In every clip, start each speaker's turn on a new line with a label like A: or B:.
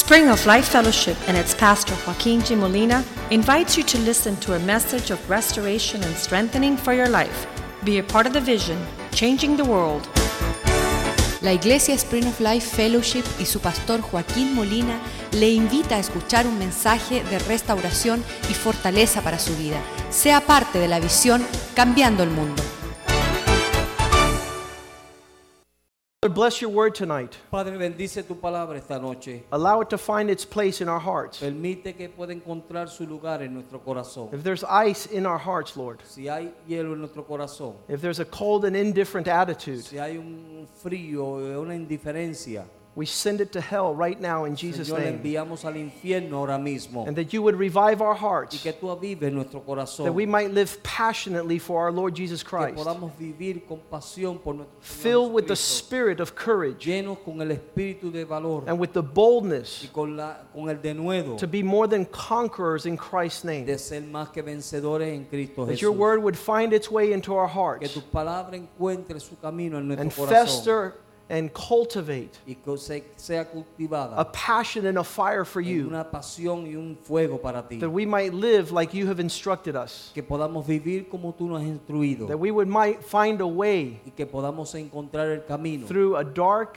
A: Spring of Life Fellowship and its pastor Joaquin G. Molina invites you to listen to a message of restoration and strengthening for your life. Be a part of the vision, changing the world.
B: La Iglesia Spring of Life Fellowship y su pastor Joaquín Molina le invita a escuchar un mensaje de restauración y fortaleza para su vida. Sea parte de la visión Cambiando el Mundo.
C: Lord, bless your word tonight.
D: Padre, bendice tu palabra esta noche.
C: Allow it to find its place in our hearts.
D: Permite que pueda encontrar su lugar en nuestro corazón.
C: If there's ice in our hearts, Lord,
D: Si hay hielo en nuestro corazón,
C: if there's a cold and indifferent attitude,
D: si hay un frío, eh, una indiferencia,
C: we send it to hell right now in Jesus'
D: Señor, le
C: name.
D: enviamos al infierno ahora mismo.
C: And that you would revive our
D: Y
C: hearts,
D: que tú avives nuestro corazón.
C: that we might live passionately for our Lord Jesus
D: que
C: Christ,
D: podamos vivir con pasión por nuestro Señor
C: filled with the
D: Jesucristo,
C: spirit of courage
D: Llenos con el espíritu de valor.
C: and with the
D: y
C: boldness
D: con, la, con el denuedo
C: to be more than conquerors in Christ's name.
D: de ser más que vencedores en Cristo
C: That
D: Jesús.
C: your word would find its way into our
D: que
C: hearts
D: tu palabra encuentre su camino en nuestro
C: and
D: corazón.
C: fester and cultivate
D: y que se- sea
C: a
D: cultivada
C: passion and a fire for
D: en
C: you,
D: una pasión y un fuego para ti.
C: that we might live like you have instructed us,
D: Que podamos vivir como tú nos has instruido
C: that we would might find a way
D: y que podamos encontrar el camino
C: through a dark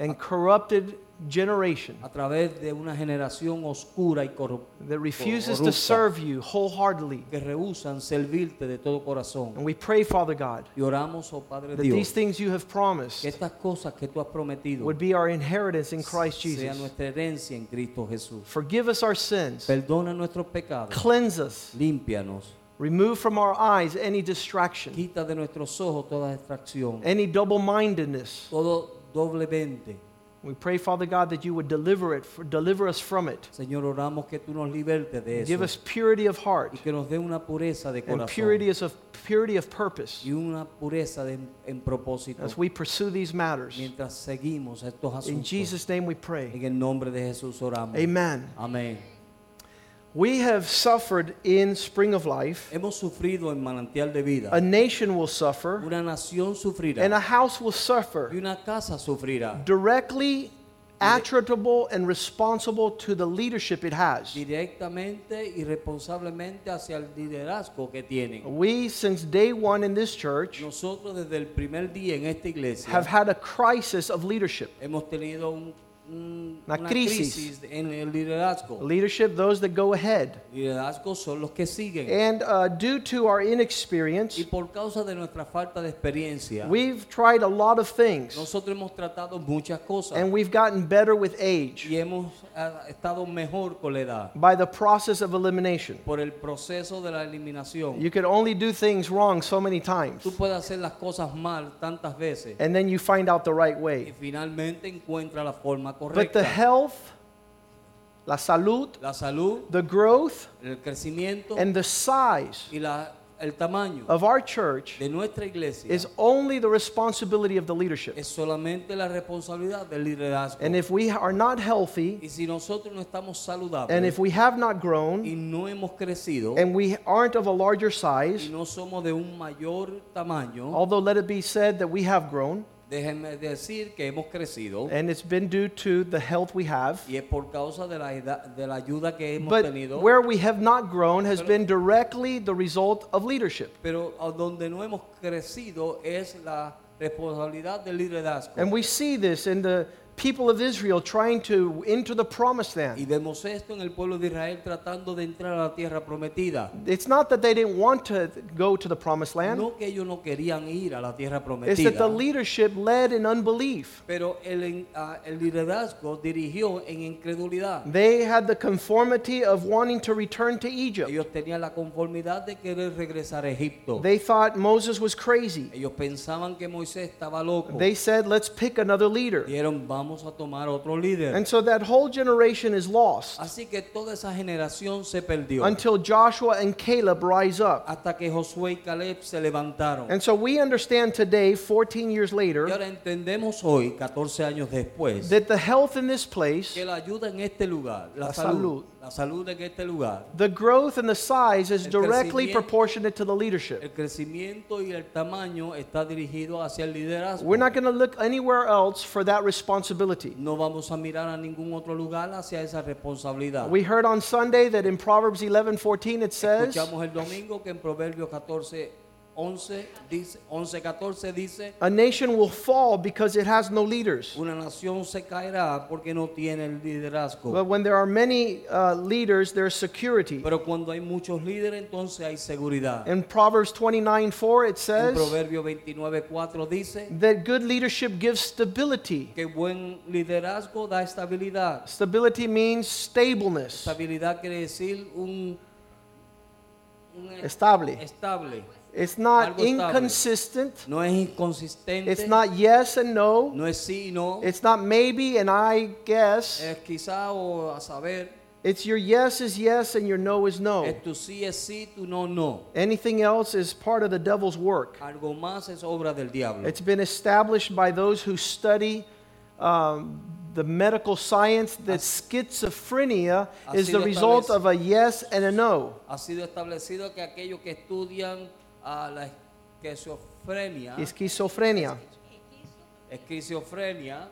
C: and corrupted generation
D: a través de una generación oscura y corrupta
C: that refuses to
D: corrupta.
C: serve you wholeheartedly.
D: que rehusan servirte de todo corazón.
C: And we pray, Father God,
D: Y oramos, oh Padre
C: that these
D: Dios,
C: things you have promised
D: que estas cosas que tú has prometido
C: would be our inheritance in Christ
D: sea
C: Jesus.
D: nuestra herencia en Cristo Jesús.
C: Forgive us our sins,
D: Perdona nuestros pecados,
C: cleanse us,
D: límpianos,
C: remove from our eyes any distraction,
D: quita de nuestros ojos toda distracción,
C: any double mindedness.
D: todo doblemente.
C: We pray, Father God, that you would deliver it, deliver us from it.
D: Señor, oramos que tú nos libertes de
C: Give
D: eso
C: us purity of heart
D: y que nos dé una pureza de
C: and
D: corazón
C: purity is of purity of purpose
D: y una pureza de- en propósito
C: as we pursue these matters.
D: mientras seguimos estos
C: In
D: asuntos.
C: Jesus' name we pray.
D: En el nombre de Jesús oramos.
C: Amen.
D: Amén.
C: We have suffered in spring of life.
D: Hemos sufrido en manantial de
C: A
D: vida.
C: nation will suffer
D: Una nación
C: and a
D: sufrirá
C: house will
D: y
C: suffer.
D: una casa sufrirá.
C: Directly attributable and responsible to the leadership it has.
D: directamente y responsablemente hacia el liderazgo que tienen.
C: We, since day one in this church,
D: Nosotros desde el primer día en esta iglesia
C: have had a crisis of leadership.
D: hemos tenido un- un-
C: Una
D: una
C: crisis.
D: crisis en el liderazgo.
C: Leadership, those that go ahead.
D: liderazgo son los que siguen.
C: And uh, due to our inexperience,
D: Y por causa de nuestra falta de experiencia,
C: We've tried a lot of things
D: nosotros hemos tratado muchas cosas
C: and we've gotten better with age
D: y hemos ah, estado mejor con la edad
C: by the process of elimination.
D: por el proceso de la eliminación.
C: You can only do things wrong so many times
D: Tú puedes hacer las cosas mal tantas veces
C: and then you find out the right
D: y
C: way.
D: finalmente encuentra la forma
C: But the
D: correcta.
C: health, la salud,
D: La salud,
C: the growth,
D: el crecimiento
C: and Oh. the size
D: y la, el tamaño
C: of our church
D: de nuestra iglesia
C: is only the responsibility of the leadership.
D: es solamente la responsabilidad del liderazgo.
C: And if we are not healthy
D: y si nosotros no estamos
C: and
D: saludables
C: if we have not
D: y
C: grown
D: no hemos crecido
C: and we aren't of a larger
D: y
C: size,
D: no somos de un mayor tamaño,
C: although let it be said that we have grown,
D: déjenme decir que hemos crecido
C: and it's been due to the health we have.
D: y es por causa de la, edad- de la ayuda que hemos
C: But
D: tenido.
C: where we have not grown has been directly the result of leadership.
D: pero a donde no hemos crecido es la responsabilidad del liderazgo.
C: And we see this in the people of Israel trying to enter the promised
D: y
C: land.
D: vemos esto en el pueblo de Israel tratando de entrar a la tierra prometida.
C: It's not that they didn't want to go to the promised land,
D: No que ellos no querían ir a la tierra
C: it's that the
D: prometida.
C: leadership led in unbelief.
D: Pero el, en- ah, el liderazgo dirigió en incredulidad.
C: They had the conformity of wanting to return to Egypt.
D: Ellos tenían la conformidad de querer regresar a Egipto.
C: They thought Moses was crazy.
D: Ellos pensaban que Moisés estaba loco.
C: They said, let's pick another leader.
D: Dijeron, vamos a tomar otro líder.
C: And so that whole generation is lost.
D: Así que toda esa generación se perdió.
C: until Joshua and Caleb rise up.
D: Hasta que Josué y Caleb se levantaron.
C: And so we understand today, 14 years
D: Y
C: later,
D: ahora entendemos hoy, 14 años después,
C: that the health in this place
D: que la ayuda en este lugar, la,
C: La
D: salud,
C: salud.
D: la la salud en este lugar,
C: The growth and the size is
D: El
C: directly
D: crecimiento-
C: proportionate to the leadership.
D: el crecimiento y el tamaño está dirigido hacia el liderazgo.
C: We're not going to look anywhere else for that responsibility.
D: No vamos a mirar a ningún otro lugar hacia esa responsabilidad.
C: We heard on Sunday that in Proverbs 11:14 it says,
D: Escuchamos el domingo que en Proverbios 14, 11, dice, 11, 14 dice,
C: A nation will fall because it has no leaders.
D: una nación se caerá porque no tiene el
C: But
D: liderazgo.
C: when there are many uh, leaders, there's security.
D: Pero cuando hay muchos líderes, entonces hay seguridad.
C: In Proverbs 29:4 it
D: En
C: says
D: Proverbios 29, 4 dice
C: that good leadership gives stability.
D: que buen liderazgo da estabilidad.
C: Stability means stableness.
D: Estabilidad quiere decir un, un
C: Estable.
D: estable.
C: It's not
D: Algo estable.
C: inconsistent.
D: No es inconsistente.
C: It's not yes and no.
D: no es sí y no.
C: It's not maybe and I guess.
D: Es quizá o a saber.
C: It's your yes is yes and your no is no.
D: Es tu sí es sí, tu no no.
C: Anything else is part of the devil's work.
D: Algo más es obra del diablo.
C: It's been established by those who study um, the medical science that schizophrenia
D: Ha
C: is the
D: sido
C: result
D: establecido.
C: of a yes and a no.
D: Ha sido establecido que aquellos que estudian a la esquizofrenia,
C: Schizophrenia.
D: esquizofrenia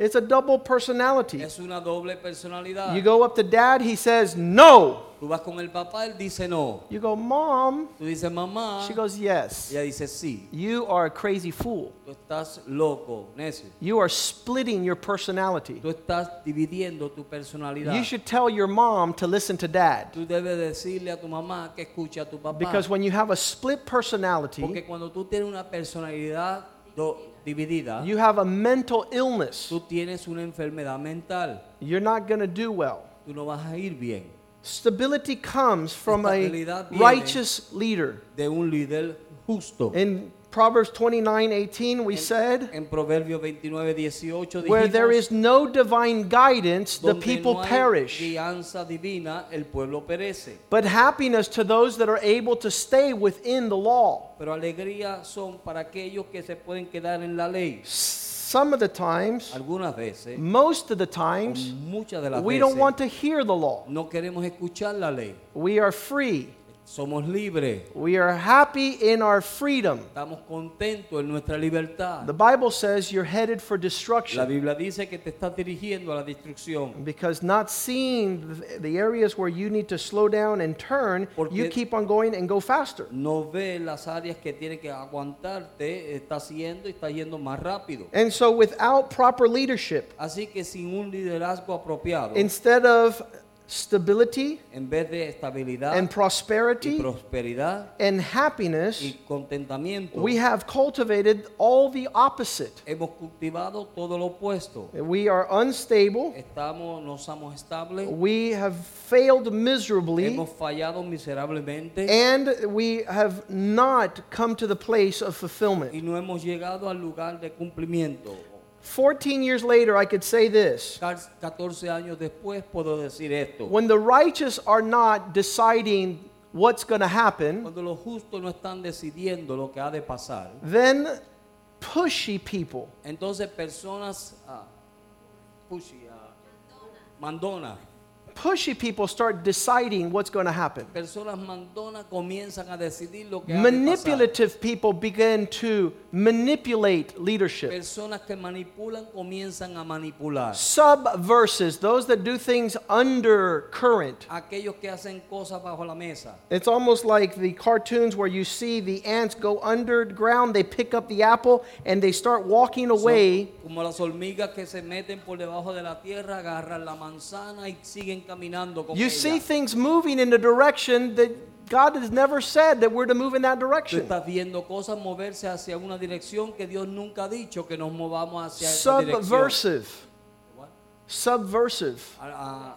C: It's a double personality.
D: es una doble personalidad.
C: You go up to dad, he says no.
D: Tú vas con el papá, él dice no.
C: You go, mom.
D: Tú dices mamá,
C: She goes, yes.
D: ella dice sí.
C: You are a crazy fool.
D: Tú estás loco, necio.
C: You are splitting your personality.
D: Tú estás dividiendo tu personalidad.
C: You should tell your mom to listen to dad.
D: Tú debes decirle a tu mamá que escuche a tu papá.
C: Because when you have a split
D: Porque
C: personality,
D: cuando tú tienes una personalidad do- dividida,
C: you have a mental illness.
D: tú tienes una enfermedad mental.
C: You're not going to do well.
D: Tú no vas a ir bien
C: Stability comes from a
D: Estabilidad viene.
C: righteous leader.
D: de un líder justo.
C: In Proverbs 29:18, we said,
D: En Proverbios 29, 18
C: Where there
D: dijimos,
C: is no divine guidance, the
D: "Donde
C: people
D: no hay
C: perish.
D: guianza divina, el pueblo perece.
C: But happiness to those that are able to stay within the law.
D: Pero alegría son para aquellos que se pueden quedar en la ley.
C: Some of the times,
D: Algunas veces,
C: most of the
D: o
C: times,
D: muchas de las
C: we
D: veces,
C: don't want to hear the law.
D: no queremos escuchar la ley.
C: We are free.
D: Somos libres,
C: We are happy in our freedom.
D: estamos contentos en nuestra libertad.
C: The Bible says you're headed for
D: La
C: destruction
D: Biblia dice que te estás dirigiendo a la destrucción.
C: because not seeing th- the areas where you need to slow down and turn, you
D: Porque-
C: keep on going and go faster.
D: No ves las áreas que tiene que aguantarte, estás yendo y estás yendo más rápido.
C: And so, without proper leadership,
D: Así que sin un liderazgo apropiado,
C: instead of stability
D: en vez de estabilidad
C: and
D: y
C: prosperity
D: prosperidad
C: and
D: y
C: happiness,
D: contentamiento,
C: we have cultivated all the opposite.
D: hemos cultivado todo lo opuesto.
C: We are unstable.
D: Estamos, no somos estables,
C: We have failed miserably.
D: hemos fallado
C: Eh.
D: miserablemente
C: And we have not come to the place of
D: y
C: fulfillment.
D: no hemos llegado al lugar de cumplimiento.
C: 14 years later, I could say this
D: Car- 14 años después puedo decir esto.
C: when the righteous are not deciding what's going to happen,
D: Cuando los justos no están decidiendo lo que ha de pasar,
C: then pushy people,
D: entonces personas ah, pushy, ah, mandonas,
C: pushy people start deciding what's going to happen.
D: personas mandonas comienzan a decidir lo que ha de pasar.
C: Manipulative people begin to manipulate leadership.
D: Personas que manipulan comienzan a manipular.
C: Subverses, those that do things under current.
D: Aquellos que hacen cosas bajo la mesa.
C: It's almost like the cartoons where you see the ants go underground, they pick up the apple, and they start walking
D: Son
C: away.
D: Como las hormigas que se meten por debajo de la tierra, agarran la manzana y siguen caminando con
C: You
D: ella.
C: see things moving in the direction that God has never said that we're to move in that
D: Tú
C: direction.
D: estás viendo cosas moverse hacia una dirección que Dios nunca ha dicho que nos movamos hacia esa dirección.
C: Subversive. Subversive.
D: A- a-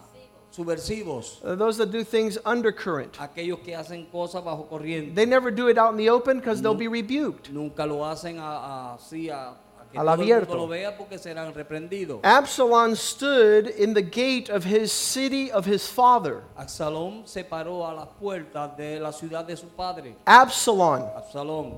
D: subversivos,
C: Uh, Those that do things undercurrent.
D: aquellos que hacen cosas bajo corriente,
C: They never do it out in the open because they'll be rebuked.
D: nunca lo hacen a- a- así a, a que
C: Al
D: todo el mundo
C: abierto.
D: lo vea porque serán reprendidos.
C: Absalom stood in the gate of his city of his father.
D: Absalom se paró a las puertas de la ciudad de su padre.
C: Absalom.
D: Absalom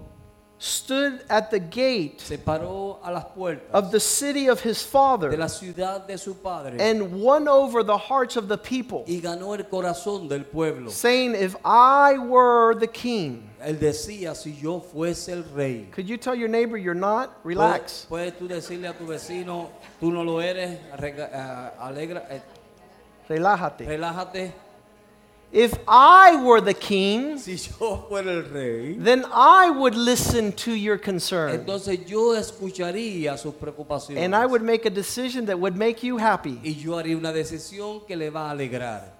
C: stood at the gate
D: se paró a las
C: of
D: puertas
C: the city of his
D: de
C: father
D: la ciudad de su padre
C: and won over the hearts of the people,
D: y ganó el corazón del pueblo.
C: saying, If I were the king.
D: Él decía, si yo fuese el rey.
C: Could you tell your neighbor you're not? Relax.
D: Puedes puedes tú decirle a tu vecino, tú no lo eres, arrega- ah, alegra, eh,
C: Relájate.
D: relájate.
C: If I were the king,
D: Si yo fuera el rey,
C: then I would listen to your concern.
D: entonces yo escucharía sus preocupaciones
C: Ah. And I would make a decision that would make you happy.
D: y yo haría una decisión que le va a alegrar.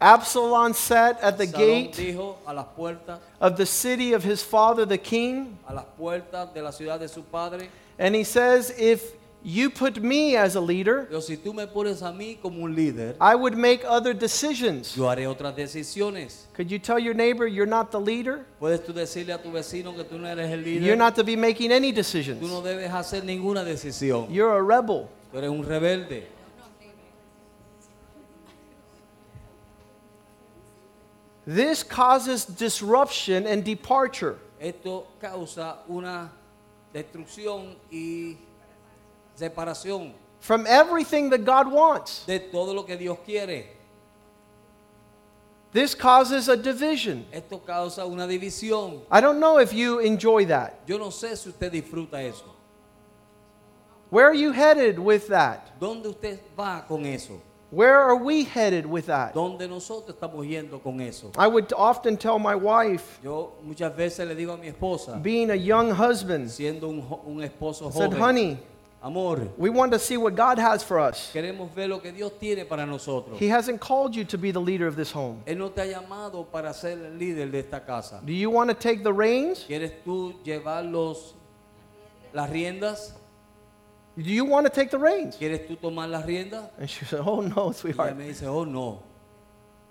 C: Absalom sat at the
D: Salom
C: gate
D: dijo a las puertas,
C: of the city of his father, the king,
D: a las puertas de la ciudad de su padre.
C: and he says, If you put me as a leader,
D: Yo, si tú me pones a mí como un líder,
C: I would make other decisions.
D: yo haré otras decisiones.
C: Could you tell your neighbor you're not the leader?
D: Puedes tú decirle a tu vecino que tú no eres el
C: You're
D: líder.
C: not to be making any
D: Tú no
C: decisions.
D: debes hacer ninguna decisión.
C: You're a rebel.
D: Tú eres un rebelde.
C: This causes disruption and departure.
D: Esto causa una destrucción y separación
C: from everything that God wants.
D: de todo lo que Dios quiere.
C: This causes a division.
D: Esto causa una división.
C: I don't know if you enjoy that.
D: Yo no sé si usted disfruta eso.
C: Where are you headed with that?
D: ¿Dónde usted va con eso?
C: Where are we headed with that?
D: ¿Dónde nosotros estamos yendo con eso?
C: I would often tell my wife,
D: Yo muchas veces le digo a mi esposa,
C: being a young husband,
D: siendo un, jo- un
C: I
D: esposo
C: said,
D: joven,
C: honey,
D: amor,
C: we want to see what God has for us.
D: queremos ver lo que Dios tiene para nosotros.
C: He hasn't called you to be the leader of this home.
D: Él no te ha llamado para ser el líder de esta casa.
C: Do you want to take the reins?
D: ¿Quieres tú llevar los, las riendas?
C: Do you want to take the reins?
D: ¿Quieres tú tomar las riendas?
C: And she said, oh no,
D: Y ella
C: sweetheart.
D: me dice, oh no,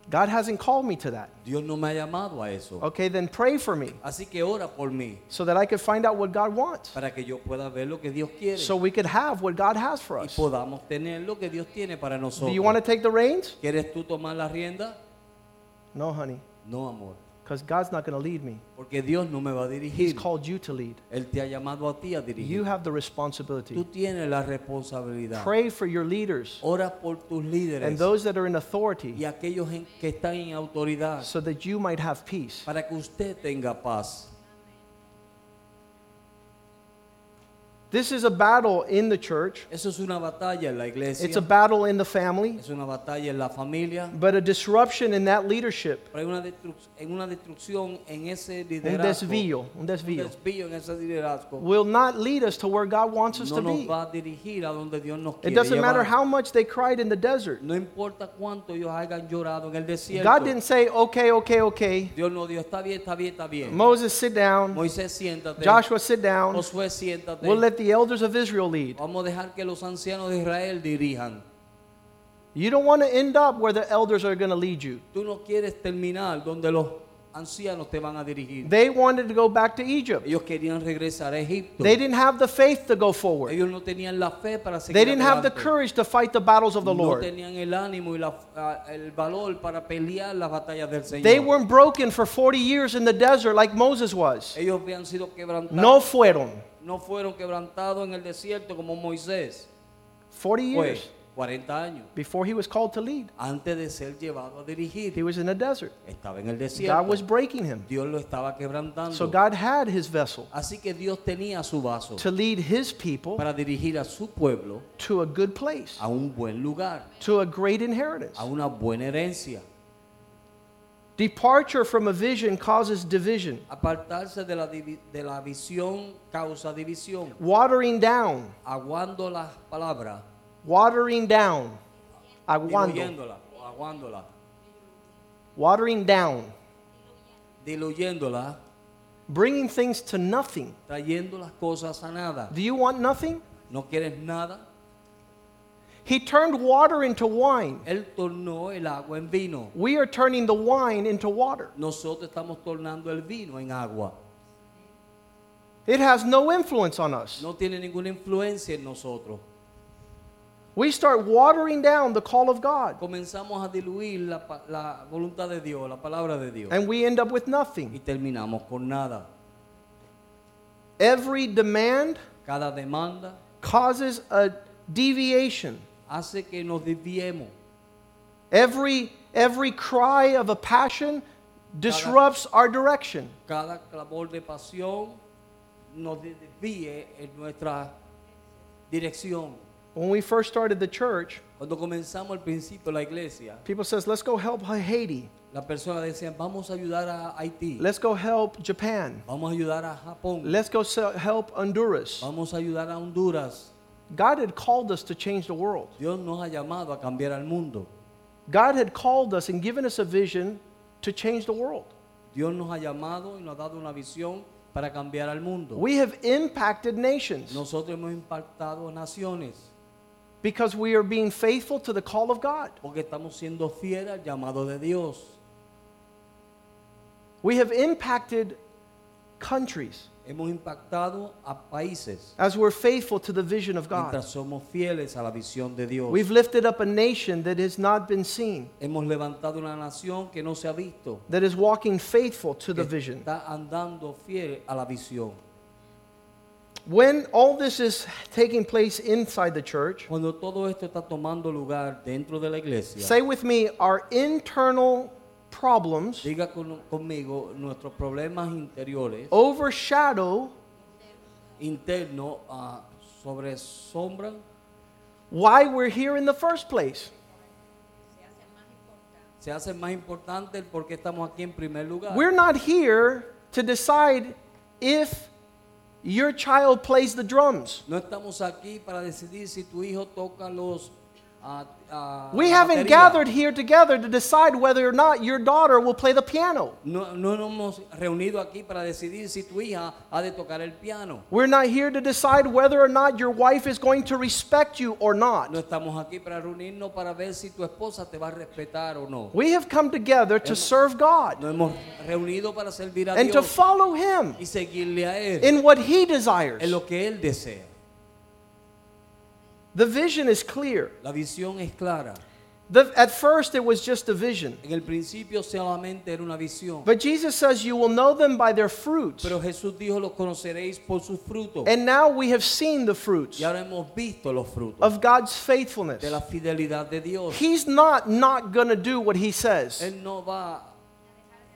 C: God hasn't called me to that.
D: Dios no me ha llamado a eso.
C: Okay, then pray for me
D: Así que ora por mí
C: so that I could find out what God wants.
D: para que yo pueda ver lo que Dios quiere
C: So we could have what God has for
D: y
C: us.
D: podamos tener lo que Dios tiene para
C: Do you want to
D: nosotros.
C: take the reins?
D: ¿Quieres tú tomar las riendas?
C: No, honey,
D: No, amor,
C: because God's not going to lead me.
D: porque Dios no me va a dirigir.
C: He's called you to lead.
D: Él te ha llamado a ti a
C: You
D: dirigir.
C: have the
D: Tú Oh,
C: responsibility.
D: tienes la responsabilidad.
C: Pray for your leaders
D: Ora por tus
C: and
D: líderes
C: those that are in
D: y
C: authority
D: aquellos en- que están en autoridad
C: so that you might have peace.
D: para que usted tenga paz.
C: This is a battle in the church,
D: Eso es una batalla en la iglesia.
C: it's a battle in the family,
D: Es una batalla en la familia.
C: but a disruption in that leadership,
D: Pero hay una, destruc- en una destrucción en ese
C: un
D: liderazgo.
C: desvío, un
D: Un
C: desvío,
D: desvío en ese liderazgo.
C: will not lead us to where God wants us to
D: No
C: be.
D: nos va a dirigir a donde Dios nos
C: It
D: quiere
C: doesn't matter
D: llevar.
C: how much they cried in the desert.
D: No importa cuánto ellos hayan llorado en el desierto.
C: God didn't say, okay, okay, okay.
D: Dios no dijo, está bien, está bien, está bien.
C: Moses, sit down.
D: Moisés, siéntate.
C: Joshua, sit down.
D: Josué, siéntate.
C: We'll let the elders of Israel lead.
D: Vamos a dejar que los ancianos de Israel dirijan.
C: You don't want to end up where the elders are going to lead you.
D: Tú no quieres terminar donde los ancianos te van a dirigir.
C: They wanted to go back to Egypt.
D: Ellos querían regresar a Egipto.
C: They didn't have the faith to go forward.
D: Ellos no tenían la fe para seguir
C: They didn't have the
D: adelante.
C: courage to fight the battles of the
D: No
C: Lord.
D: tenían el ánimo y la- ah, el valor para pelear las batallas del Señor.
C: They weren't broken for 40 years in the desert like Moses was.
D: Ellos habían
C: No
D: sido quebrantados.
C: fueron.
D: No fueron quebrantados en el desierto como Moisés.
C: 40
D: Fue
C: years
D: 40 años
C: before he was called to lead.
D: antes de ser llevado a
C: He
D: dirigir.
C: was in the desert.
D: Estaba en el
C: God was
D: desierto.
C: breaking him.
D: Dios lo estaba quebrantando.
C: So God had his vessel
D: Así que Dios tenía su vaso
C: to lead his people
D: para dirigir a su pueblo
C: to a good place,
D: a un buen lugar,
C: to a great inheritance.
D: a una buena herencia.
C: Departure from a vision causes division.
D: Apartarse de la, divi- de la visión causa división.
C: Watering down,
D: Aguando las palabras,
C: watering down, aguando,
D: diluyéndola, aguándola,
C: watering down,
D: diluyéndola,
C: bringing things to nothing.
D: trayendo las cosas a nada.
C: Do you want nothing?
D: No quieres nada.
C: He turned water into wine.
D: Él tornó el agua en vino.
C: We are turning the wine into water.
D: Nosotros estamos tornando el vino en agua.
C: It has no influence on us.
D: No tiene ninguna influencia en nosotros.
C: we start watering down the call of God
D: comenzamos a diluir la, pa- la voluntad de Dios, la palabra de Dios.
C: and we end up with
D: Y
C: nothing.
D: terminamos con nada.
C: Every demand
D: Cada demanda
C: causes a deviation.
D: hace que nos desviemos.
C: Every every cry of a passion disrupts our direction.
D: Cada clamor de pasión nos desvíe en nuestra dirección.
C: When we first started the church,
D: Cuando comenzamos al principio la iglesia,
C: people says, "Let's go help Haiti.
D: las personas decían, vamos a ayudar a Haití,
C: Let's go help Japan.
D: vamos a ayudar a Japón,
C: Let's go se- help Honduras."
D: vamos a ayudar a Honduras.
C: God had called us to change the world.
D: Dios nos ha llamado a cambiar al mundo.
C: God had called us and given us a vision to change the world.
D: Dios nos ha llamado y nos ha dado una visión para cambiar al mundo.
C: We have impacted nations
D: Nosotros hemos impactado naciones
C: because we are being faithful to the call of God.
D: porque estamos siendo fieles al llamado de Dios.
C: We have impacted countries
D: Hemos impactado a países
C: as we're faithful to the vision of God.
D: mientras somos fieles a la visión de Dios.
C: We've lifted up a nation that has not been seen,
D: Hemos levantado una nación que no se ha visto,
C: that is walking faithful to the
D: que
C: vision.
D: está andando fiel a la visión.
C: When all this is taking place inside the church,
D: Cuando todo esto está tomando lugar dentro de la iglesia,
C: say with me, our internal problems
D: diga con- conmigo, nuestros problemas interiores
C: overshadow
D: internos ah, sobresombran,
C: why we're here in the first place.
D: se hacen más importantes porque estamos aquí en primer lugar.
C: We're not here to decide if your child plays the drums.
D: No estamos aquí para decidir si tu hijo toca los. ah, ah,
C: We
D: la
C: haven't
D: batería.
C: gathered here together to decide whether or not your daughter will play the piano.
D: No, no nos hemos reunido aquí para decidir si tu hija ha de tocar el piano.
C: We're not here to decide whether or not your wife is going to respect you or
D: No
C: not.
D: estamos aquí para reunirnos para ver si tu esposa te va a respetar o no.
C: We have come together to serve God
D: Nos hemos reunido para servir a
C: and to
D: Dios
C: follow Him
D: y seguirle a Él
C: in what He
D: en
C: desires.
D: lo que Él desea.
C: The vision is clear.
D: La visión es clara.
C: The, at first, it was just a vision.
D: En el principio solamente era una visión.
C: But Jesus says, You will know them by their fruits.
D: Pero Jesús dijo, los conoceréis por sus frutos.
C: And now we have seen the fruits
D: Y ahora hemos visto los frutos.
C: of God's faithfulness.
D: de la fidelidad de Dios.
C: He's not not going to do what He says,
D: Él no va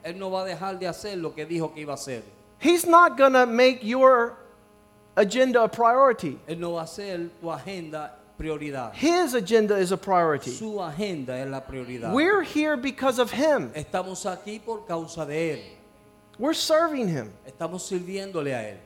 D: él no va a dejar de hacer lo que dijo que iba a hacer.
C: He's not going to make your agenda a priority.
D: Él no va a hacer tu agenda prioridad.
C: His agenda is a priority.
D: Su agenda es la prioridad.
C: We're here because of Him.
D: Estamos aquí por causa de él.
C: We're serving Him.
D: Estamos sirviéndole a él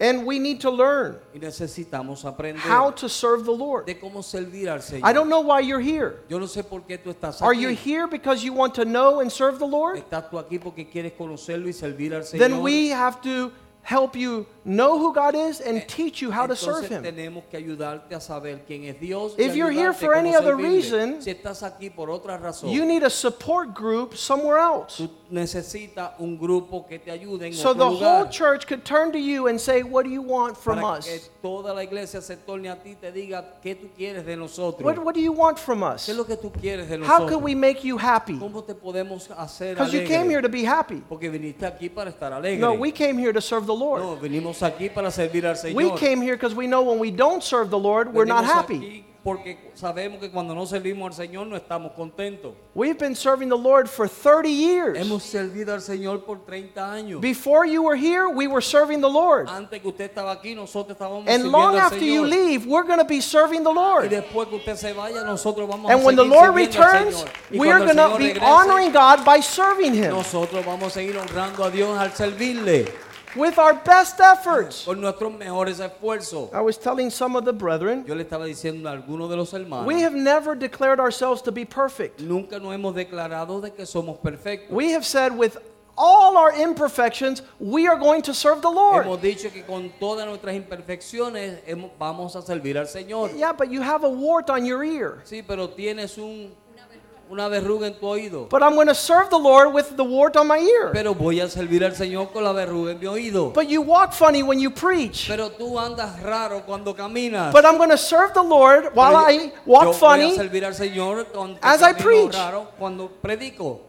C: And we need to learn
D: y necesitamos aprender
C: how to serve the Lord.
D: de cómo servir al Señor.
C: I don't know why you're here.
D: Yo no sé por qué tú estás
C: Are you
D: aquí.
C: here because you want to know and serve the Lord?
D: Estás tú aquí porque quieres conocerlo y servir al Señor.
C: Then we have to help you know who God is and teach you how to serve Him.
D: Entonces tenemos que ayudarte a saber quién es Dios. y
C: If you're here
D: ayudarte
C: for any
D: cómo
C: other
D: servirle.
C: reason,
D: si estás aquí por otra razón,
C: You need a support group somewhere else.
D: Tú necesitas un grupo que te ayude en
C: So
D: otro
C: the whole
D: lugar
C: church could turn to you and say, What do you want from
D: para que
C: us?
D: toda la iglesia se torne a ti y te diga qué tú quieres de nosotros.
C: What, what do you want from us?
D: ¿Qué es lo que tú quieres de
C: How
D: nosotros?
C: could we make you happy?
D: ¿Cómo te podemos hacer
C: Because you
D: alegre?
C: came here to be happy.
D: Porque viniste aquí para estar alegre.
C: No, we came here to serve the
D: no
C: Lord.
D: vinimos aquí para servir al Señor.
C: We came here because we know when we don't serve the Lord, we're not
D: Venimos
C: happy.
D: aquí porque sabemos que cuando no servimos al Señor no estamos contentos.
C: We've been serving the Lord for 30 years.
D: Hemos servido al Señor por 30 años.
C: Before you were here, we were serving the Lord.
D: Antes que usted estaba aquí, nosotros estábamos
C: And
D: sirviendo
C: long
D: al
C: after you
D: Señor.
C: leave, we're going to be serving the
D: Y
C: Lord.
D: después que usted se vaya, nosotros vamos
C: And
D: a
C: when the
D: seguir
C: Lord
D: sirviendo al
C: returns,
D: Señor. Y
C: we are
D: cuando
C: going
D: el
C: to
D: Señor
C: be
D: regrese,
C: honoring God by serving Him
D: Nosotros vamos a seguir honrando a Dios al servirle
C: with our best efforts.
D: con nuestros mejores esfuerzos.
C: I was telling some of the brethren,
D: Yo le estaba diciendo a algunos de los hermanos,
C: we have never declared ourselves to be perfect.
D: nunca nos hemos declarado de que somos perfectos.
C: We have said, with all our imperfections, we are going to serve the Lord.
D: Hemos dicho que con todas nuestras imperfecciones hemos- vamos a servir al Señor.
C: Yeah, but you have a wart on your ear.
D: Sí, pero tienes un, una, una verruga en tu oído.
C: But I'm going to serve the Lord with the wart on my ear.
D: Pero voy a servir al Señor con la verruga en mi oído.
C: But you walk funny when you preach.
D: Pero tú andas raro cuando caminas.
C: But I'm going to serve the Lord while
D: Pero
C: I walk
D: yo voy a
C: funny.
D: servir al Señor cuando
C: as I
D: camino
C: preach.
D: raro cuando predico.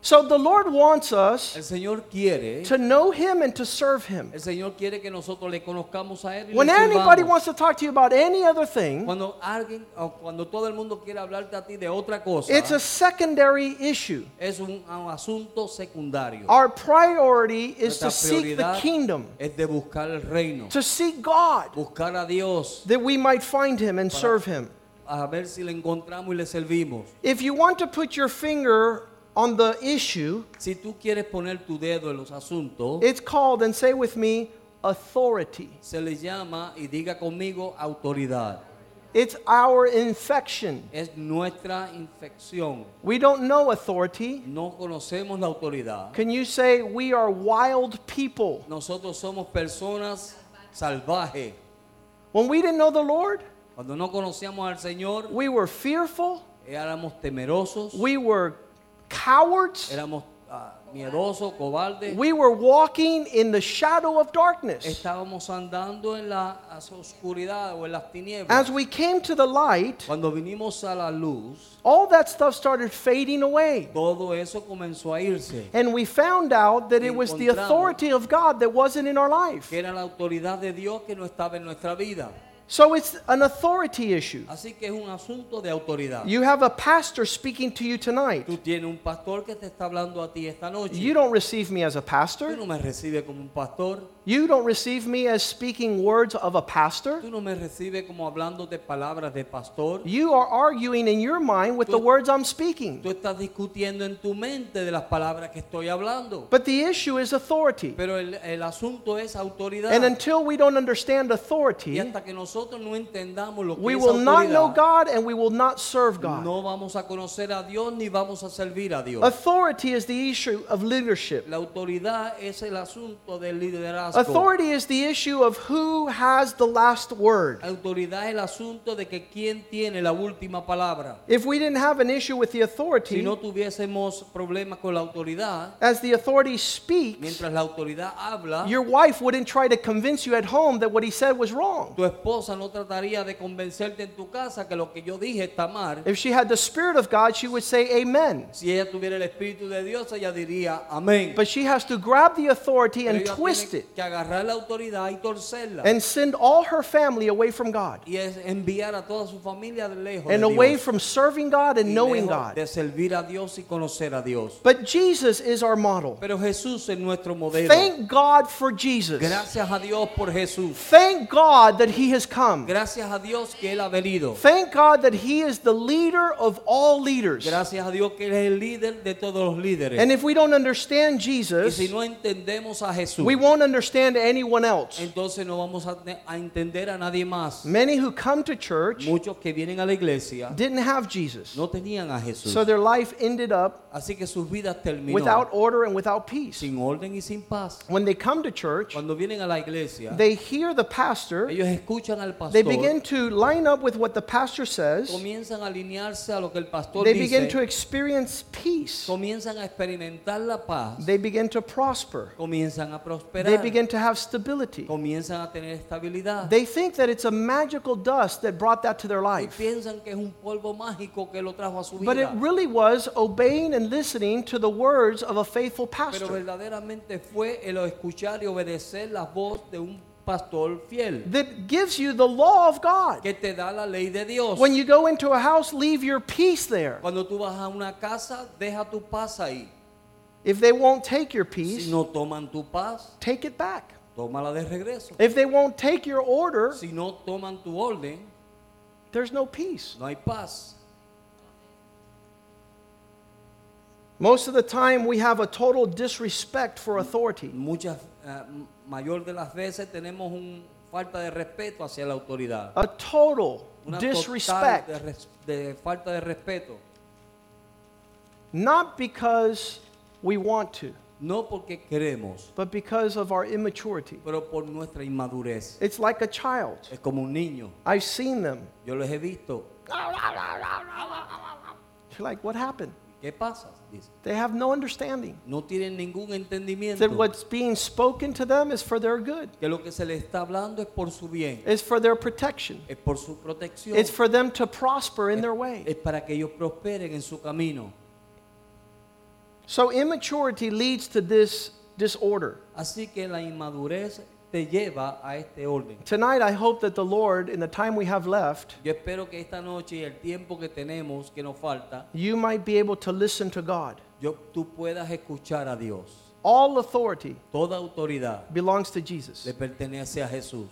C: So the Lord wants us
D: El Señor quiere,
C: to know Him and to serve Him.
D: el Señor quiere que nosotros le conozcamos a él y
C: When
D: le sirvamos.
C: anybody wants to talk to you about any other thing,
D: cuando alguien o cuando todo el mundo quiere hablarte a ti de otra cosa,
C: it's a secondary issue.
D: es un, un asunto secundario.
C: Our priority is to
D: Nuestra
C: seek the
D: prioridad
C: kingdom,
D: es de buscar el reino,
C: to seek God,
D: buscar a Dios,
C: that we might find Him and serve Him.
D: a ver si le encontramos y le servimos.
C: If you want to put your finger on the issue,
D: Si tú quieres poner tu dedo en los asuntos,
C: it's called, and say with me, authority.
D: se le llama y diga conmigo autoridad.
C: It's our infection.
D: Es nuestra infección.
C: We don't know authority.
D: No conocemos la autoridad.
C: Can you say we are wild people?
D: Nosotros somos personas salvajes.
C: When we didn't know the Lord,
D: Cuando no conocíamos al Señor,
C: we were fearful,
D: éramos temerosos,
C: we were cowards,
D: éramos ah, miedosos, cobardes.
C: we were walking in the shadow of darkness.
D: Estábamos andando en la as- oscuridad o en las
C: As
D: tinieblas.
C: we came to the light,
D: Cuando vinimos a la luz,
C: all that stuff started fading away.
D: todo eso comenzó a irse.
C: And we found out that it was the authority of God that wasn't in our life.
D: Que era la autoridad de Dios que no estaba en nuestra vida.
C: So it's an authority issue.
D: Así que es un asunto de autoridad.
C: You have a pastor speaking to you tonight.
D: Tú tienes un pastor que te está hablando a ti esta noche.
C: You don't receive me as a
D: Tú
C: pastor.
D: no me recibes como un pastor.
C: You don't receive me as speaking words of a pastor.
D: Tú no me recibes como hablando de palabras de pastor.
C: You are arguing in your mind with the words I'm speaking.
D: Tú estás discutiendo en tu mente de las palabras que estoy hablando.
C: But the issue is authority.
D: Pero el, el asunto es autoridad.
C: And until we don't understand
D: y
C: authority,
D: hasta que nosotros no entendamos lo que
C: we
D: es
C: will not
D: autoridad,
C: know God and we will not serve God.
D: no vamos a conocer a Dios ni vamos a servir a Dios.
C: Authority is the issue of leadership.
D: La autoridad es el asunto del liderazgo.
C: Authority is the issue of who has the last word.
D: Uh, Autoridad es el asunto de que quién tiene la última palabra.
C: If we didn't have an issue with the
D: Si
C: authority,
D: no tuviésemos problemas con la autoridad,
C: as the authority speaks,
D: mientras la autoridad habla,
C: your wife wouldn't try to convince you at home that what he said was wrong.
D: tu esposa no trataría de convencerte en tu casa que lo que yo dije está mal.
C: If she had the Spirit of God, she would say amen.
D: Si ella tuviera el Espíritu de Dios, ella diría amén.
C: But she has to grab the authority
D: Pero
C: and
D: ella
C: twist
D: tiene
C: it
D: que agarrar la autoridad y torcerla.
C: and send all her family away from God
D: y es enviar a toda su familia de lejos
C: and
D: de
C: away
D: Dios,
C: from serving God
D: y
C: and knowing
D: lejos
C: God.
D: de servir a Dios y conocer a Dios.
C: But Jesus is our model.
D: Pero Jesús es nuestro modelo.
C: Thank God for Jesus.
D: Gracias a Dios por Jesús.
C: Thank God that He has come.
D: Gracias a Dios que él ha venido.
C: Thank God that He is the leader of all leaders.
D: Gracias a Dios que él es el líder de todos los líderes.
C: And if we don't understand
D: y
C: Jesus,
D: si no entendemos a Jesús,
C: we won't understand anyone else.
D: entonces no vamos a, te- a entender a nadie más.
C: Many who come to church
D: Muchos que vienen a la iglesia
C: didn't have Jesus.
D: no tenían a Jesús.
C: So their life ended up
D: Así que sus vidas terminó
C: without order and without peace.
D: sin orden y sin paz.
C: When they come to church,
D: Cuando vienen a la iglesia,
C: they hear the pastor,
D: ellos escuchan al pastor.
C: they begin to line up with what the pastor says,
D: comienzan a alinearse a lo que el pastor
C: they
D: dice,
C: begin to experience peace,
D: comienzan a experimentar la paz,
C: they begin to prosper,
D: comienzan a prosperar,
C: they begin to have stability.
D: comienzan a tener estabilidad.
C: They think that it's a magical dust that brought that to their
D: y
C: life.
D: piensan que es un polvo mágico que lo trajo a su
C: But it
D: vida.
C: really was obeying and listening to the words of a faithful
D: Pero
C: pastor.
D: verdaderamente fue el escuchar y obedecer la voz de un pastor fiel
C: that gives you the law of God.
D: que te da la ley de Dios.
C: When you go into a house, leave your peace there.
D: Cuando tú vas a una casa, deja tu paz ahí.
C: If they won't take your
D: Si
C: peace,
D: no toman tu paz,
C: take it back.
D: tómala de regreso.
C: If they won't take your order,
D: Si no toman tu orden,
C: there's no peace.
D: no hay paz.
C: Most of the time, we have a total disrespect for authority.
D: Muchas, eh, mayor de las veces tenemos un falta de respeto hacia la autoridad.
C: A total
D: Una total
C: disrespect.
D: de, res- de falta de respeto.
C: Not because we want to,
D: No porque queremos,
C: but because of our immaturity.
D: pero por nuestra inmadurez.
C: It's like a child.
D: Es como un niño.
C: I've seen them.
D: Yo los he visto.
C: You're like, what happened?
D: ¿Qué pasa? Dice.
C: They have no understanding
D: No tienen ningún entendimiento
C: that what's being spoken to them is for their good,
D: que lo que se les está hablando es por su bien,
C: is for their protection,
D: es por su protección,
C: it's for them to prosper in their
D: es
C: way.
D: para que ellos prosperen en su camino.
C: So immaturity leads to this disorder.
D: Así que la inmadurez te lleva a este orden.
C: Tonight, I hope that the Lord, in the time we have left,
D: Yo espero que esta noche y el tiempo que tenemos, que nos falta,
C: you might be able to listen to God.
D: yo, tú puedas escuchar a Dios.
C: All authority
D: Toda autoridad
C: belongs to Jesus.
D: le pertenece a Jesús.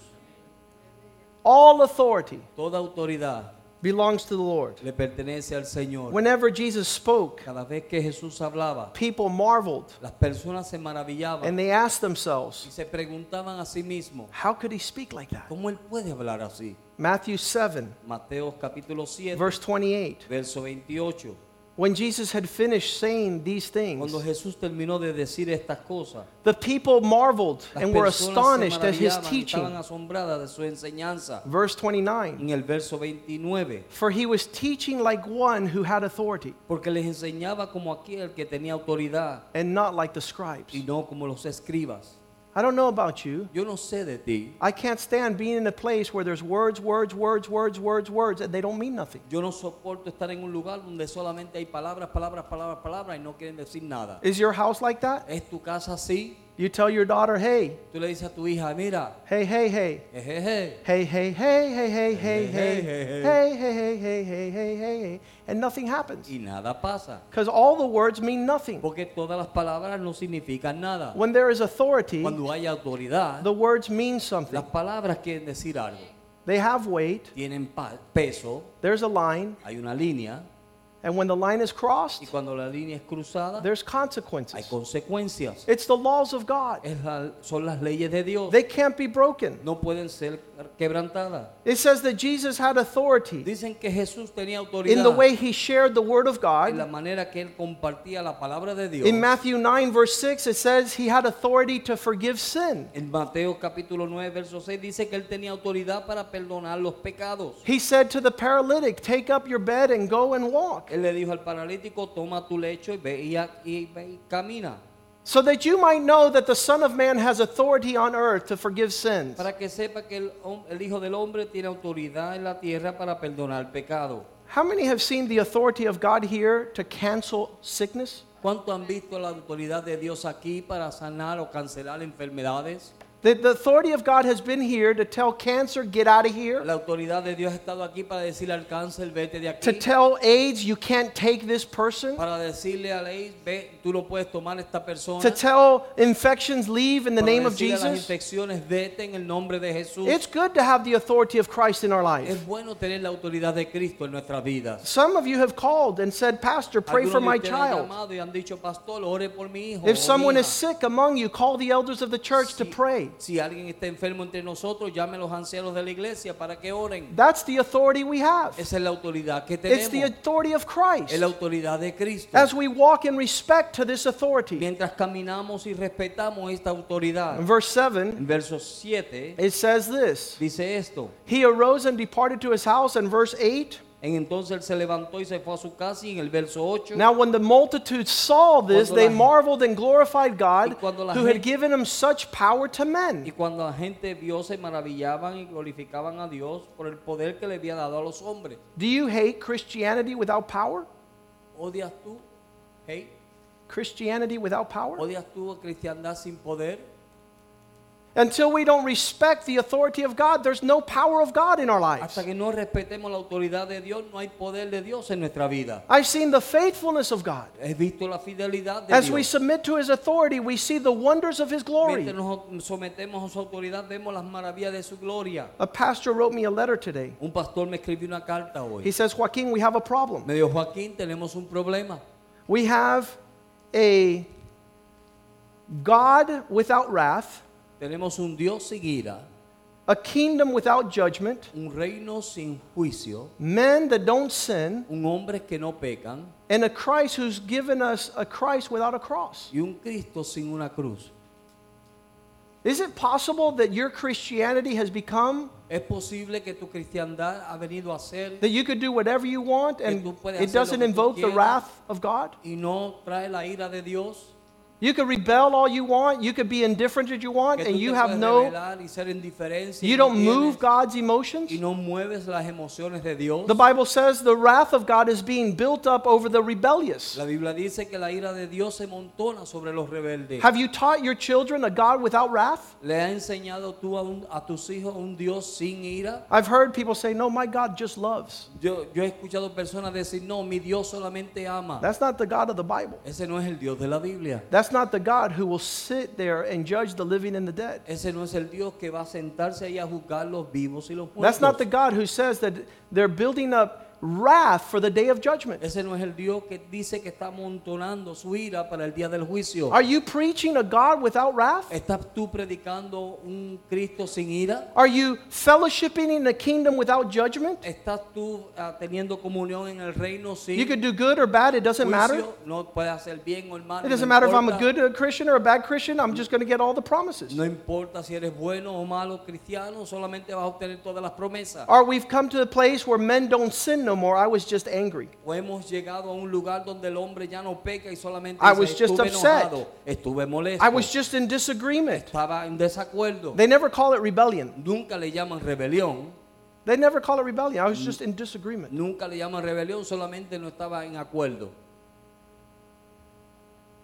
C: All authority
D: Toda autoridad
C: belongs to the Lord.
D: le pertenece al Señor.
C: Whenever Jesus spoke,
D: Cada vez que Jesús hablaba,
C: people marveled
D: las personas se maravillaban
C: and they asked
D: y
C: themselves,
D: se preguntaban a sí mismos,
C: How could he speak like that?
D: ¿cómo él puede hablar así?
C: Matthew 7,
D: Mateo capítulo 7,
C: verse 28.
D: verso 28.
C: When Jesus had finished saying these things,
D: Cuando Jesús terminó de decir estas cosas,
C: the people marveled
D: las
C: and were
D: personas se
C: astonished at his
D: maravillaban y estaban
C: teaching.
D: asombradas de su enseñanza.
C: Verse 29.
D: En el verso 29,
C: For he was teaching like one who had authority
D: porque les enseñaba como aquel que tenía autoridad
C: and not like the scribes.
D: y no como los escribas.
C: I don't know about you.
D: Yo no sé de ti.
C: I can't stand being in a place where there's words, words, words, words, words, words, and they don't mean nothing.
D: Yo no soporto estar en un lugar donde solamente hay palabras, palabras, palabras, palabras y no quieren decir nada.
C: Is your house like that?
D: ¿Es tu casa así?
C: You tell your daughter, hey,
D: Tú le dices a tu hija, mira,
C: hey, hey, hey.
D: jejeje.
C: Hey, hey, hey, hey, hey, hey,
D: Hey,
C: hey, hey,
D: hey, hey,
C: hey, hey, hey, hey, hey, hey, hey, and nothing happens.
D: Y nada pasa.
C: Because all the words mean nothing.
D: Porque todas las palabras no significan nada.
C: When there is authority,
D: Cuando hay autoridad,
C: the words mean
D: las
C: something.
D: palabras quieren decir algo.
C: They have weight,
D: Tienen pa- peso,
C: there's a line,
D: hay una línea,
C: and when the line is
D: y
C: crossed,
D: cuando la línea es cruzada,
C: there's
D: hay
C: consequences.
D: consecuencias.
C: It's the laws of God.
D: Es la- son las leyes de Dios.
C: They can't be broken.
D: No pueden ser quebrantadas.
C: It says that Jesus had authority
D: Dicen que Jesús tenía autoridad
C: in the way he shared the word of
D: en la
C: God.
D: manera que él compartía la palabra de Dios.
C: In Matthew 9, verse 6, it says he had authority to forgive sin.
D: En Mateo capítulo 9, verso 6 dice que él tenía autoridad para perdonar los pecados.
C: He said to the paralytic, Take up your bed and go and walk,
D: Él le dijo al paralítico, toma tu lecho y ve y, a- y ve y camina.
C: so that you might know that the Son of Man has authority on earth to forgive sins.
D: Para que sepa que el, hom- el Hijo del Hombre tiene autoridad en la tierra para perdonar pecado.
C: How many have seen the authority of God here to cancel sickness?
D: ¿Cuánto han visto la autoridad de Dios aquí para sanar o cancelar enfermedades?
C: The, the authority of God has been here to tell cancer, get out of here,
D: La autoridad de Dios ha estado aquí para decirle al cáncer, vete de
C: to
D: aquí.
C: tell AIDS, you can't take this person,
D: Para decirle a la ley, ve, tú no puedes tomar esta persona.
C: to tell infections, leave in the
D: Para
C: name of
D: decirle a Las
C: Jesus.
D: infecciones, vete en el nombre de Jesús.
C: It's good to have the authority of Christ in our life.
D: Es bueno tener la autoridad de Cristo en nuestras vidas.
C: Some of you have called and said, Pastor, pray
D: Algunos
C: for
D: de
C: my
D: ustedes han
C: child.
D: llamado "Oh, y han dicho, pastor, ore por mi hijo.
C: If
D: o
C: someone
D: mi
C: is
D: hija".
C: sick among you, call the elders of the church to pray.
D: Si alguien está enfermo entre nosotros, llame a los ancianos de la iglesia para que oren.
C: That's the authority we have.
D: Esa es la autoridad que
C: It's the
D: tenemos.
C: authority of Christ.
D: Es la autoridad de Cristo.
C: As we walk in respect to this authority.
D: Mientras caminamos y respetamos esta autoridad.
C: In verse
D: En
C: 7,
D: verso 7
C: it says this
D: dice esto.
C: He arose and departed to his house. And verse 8,
D: En entonces él se levantó y se fue a su casa y en el verso 8
C: now when the multitude saw this,
D: Cuando
C: they
D: la gen-
C: marveled and glorified God,
D: Y cuando la
C: who had
D: gen-
C: given him such power to
D: Y
C: men.
D: cuando la gente vio, se maravillaban y glorificaban a Dios por el poder que le había dado a los hombres.
C: Do you hate Christianity without power?
D: ¿Odias tú? Hey,
C: Christianity without power?
D: ¿Odias tú a cristiandad sin poder?
C: Until we don't respect the authority of God, there's no power of God in our lives.
D: Hasta que no respetemos la autoridad de Dios, no hay poder de Dios en nuestra vida.
C: I've seen the faithfulness of God.
D: He visto la fidelidad de
C: As we
D: Dios.
C: submit to his authority, we see the wonders of his glory.
D: Mientras nos sometemos a su autoridad, vemos las maravillas de su gloria.
C: A pastor wrote me a letter today.
D: Un pastor me escribió una carta
C: He
D: hoy.
C: says, Joaquin, we have a problem.
D: Me dijo, Joaquín, tenemos un problema.
C: We have a God without wrath,
D: Tenemos un Dios sin ira,
C: a kingdom without judgment,
D: un reino sin juicio,
C: men that don't sin,
D: un hombre que no pecan
C: and a Christ who's given us a Christ without a cross.
D: y un Cristo sin una cruz.
C: Is it possible that your Christianity has become
D: Es posible que tu cristiandad ha venido a ser
C: that you could do whatever you want
D: Que
C: and
D: tú puedes
C: it
D: hacer
C: doesn't
D: lo que tú
C: invoke the
D: quieras.
C: wrath of God?
D: y no trae la ira de Dios,
C: You could rebel all you want, you could be indifferent as you want,
D: que tú
C: and
D: te
C: you
D: puedes
C: have no,
D: rebelar y ser indiferencia
C: you
D: y no
C: don't move
D: tienes-
C: God's emotions.
D: y no mueves las emociones de Dios.
C: The Bible says the wrath of God is being built up over the rebellious.
D: La Biblia dice que la ira de Dios se montona sobre los rebeldes.
C: Have you taught your children a God without wrath?
D: ¿Le has enseñado tú a, un- a tus hijos un Dios sin ira?
C: I've heard people say, no, my God just loves.
D: Yo, yo he escuchado personas decir, no, mi Dios solamente ama.
C: That's not the God of the Bible.
D: Ese no es el Dios de la Biblia.
C: That's not the God who will sit there and judge the living and the dead.
D: Ese no es el Dios que va a sentarse ahí a juzgar los vivos y los
C: That's not the
D: muertos.
C: God who says that they're building up wrath for the day of judgment.
D: Ese no es el Dios que dice que está amontonando su ira para el día del juicio.
C: Are you preaching a God without wrath?
D: ¿Estás tú predicando un Cristo sin ira?
C: Are you fellowshipping in the kingdom without judgment?
D: ¿Estás tú ah, teniendo comunión en el reino sin
C: You could do good or bad, it doesn't matter.
D: juicio? No puedes hacer bien o el mal.
C: It
D: no
C: doesn't matter if I'm a
D: importa.
C: good uh, Christian or a bad Christian, I'm just going to get all the promises.
D: No importa si eres bueno o malo cristiano, solamente vas a obtener todas las promesas.
C: Or we've come to the place where men don't sin no more. I was just angry.
D: O hemos llegado a un lugar donde el hombre ya no peca y solamente
C: I
D: dice,
C: was just
D: estuve
C: upset.
D: enojado, estuve molesto,
C: I was just in disagreement.
D: estaba en desacuerdo.
C: They never call it rebellion.
D: nunca le llaman rebelión,
C: They never call it rebellion.
D: Mm.
C: I was just in disagreement.
D: nunca le llaman rebelión, solamente no estaba en acuerdo.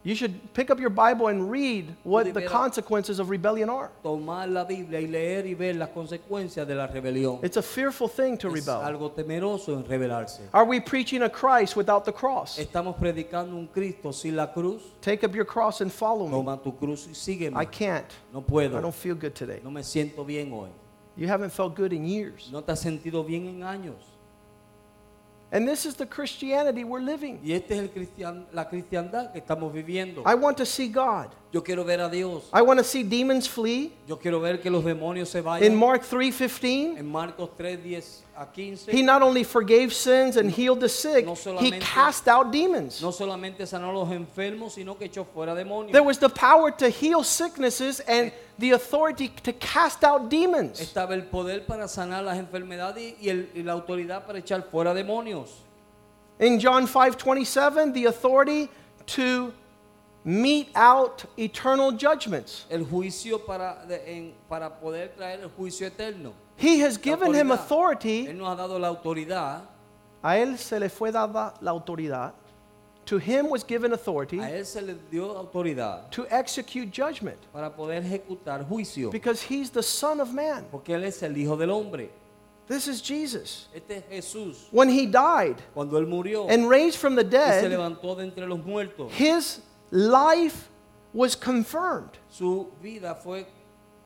C: You should pick up your Bible and read what the consequences of rebellion are.
D: Tomar la Biblia y leer y ver las consecuencias de la rebelión.
C: It's a fearful thing to
D: Es
C: rebel.
D: algo temeroso en rebelarse.
C: Are we preaching a Christ without the cross?
D: Estamos predicando un Cristo sin la cruz.
C: Take up your cross and follow me.
D: Toma tu cruz y
C: I
D: sígueme.
C: can't.
D: No
C: I
D: puedo.
C: don't feel good today.
D: No me siento bien hoy.
C: You haven't felt good in years.
D: No te has sentido bien en años.
C: And this is the Christianity we're living.
D: Y esta es el cristian, la cristiandad que estamos viviendo.
C: I want to see God.
D: Yo quiero ver a Dios.
C: I want to see demons flee.
D: Yo quiero ver que los demonios se
C: In
D: vayan.
C: Mark 3:15,
D: En Marcos 3, 10 a 15.
C: he not only forgave sins and healed the sick,
D: no
C: he
D: solamente-
C: cast out demons.
D: No solamente sanó a los enfermos, sino que echó fuera demonios.
C: There was the power to heal sicknesses and the authority to cast out demons.
D: Estaba el poder para sanar las enfermedades y, el- y la autoridad para echar fuera demonios.
C: In John 5:27, the authority to mete out eternal judgments.
D: El juicio para, de- en- para poder traer el juicio eterno.
C: He has
D: La
C: given him
D: autoridad.
C: authority.
D: Él nos ha dado la autoridad.
C: A él se le fue dada la autoridad. To him was given authority
D: A él se le dio autoridad
C: to execute judgment
D: para poder ejecutar juicio.
C: because he's the son of man.
D: Porque él es el hijo del hombre.
C: This is Jesus.
D: Este es Jesús.
C: When he died
D: Cuando él murió y
C: and raised from the
D: se
C: dead,
D: levantó de entre los muertos,
C: his life was confirmed.
D: su vida fue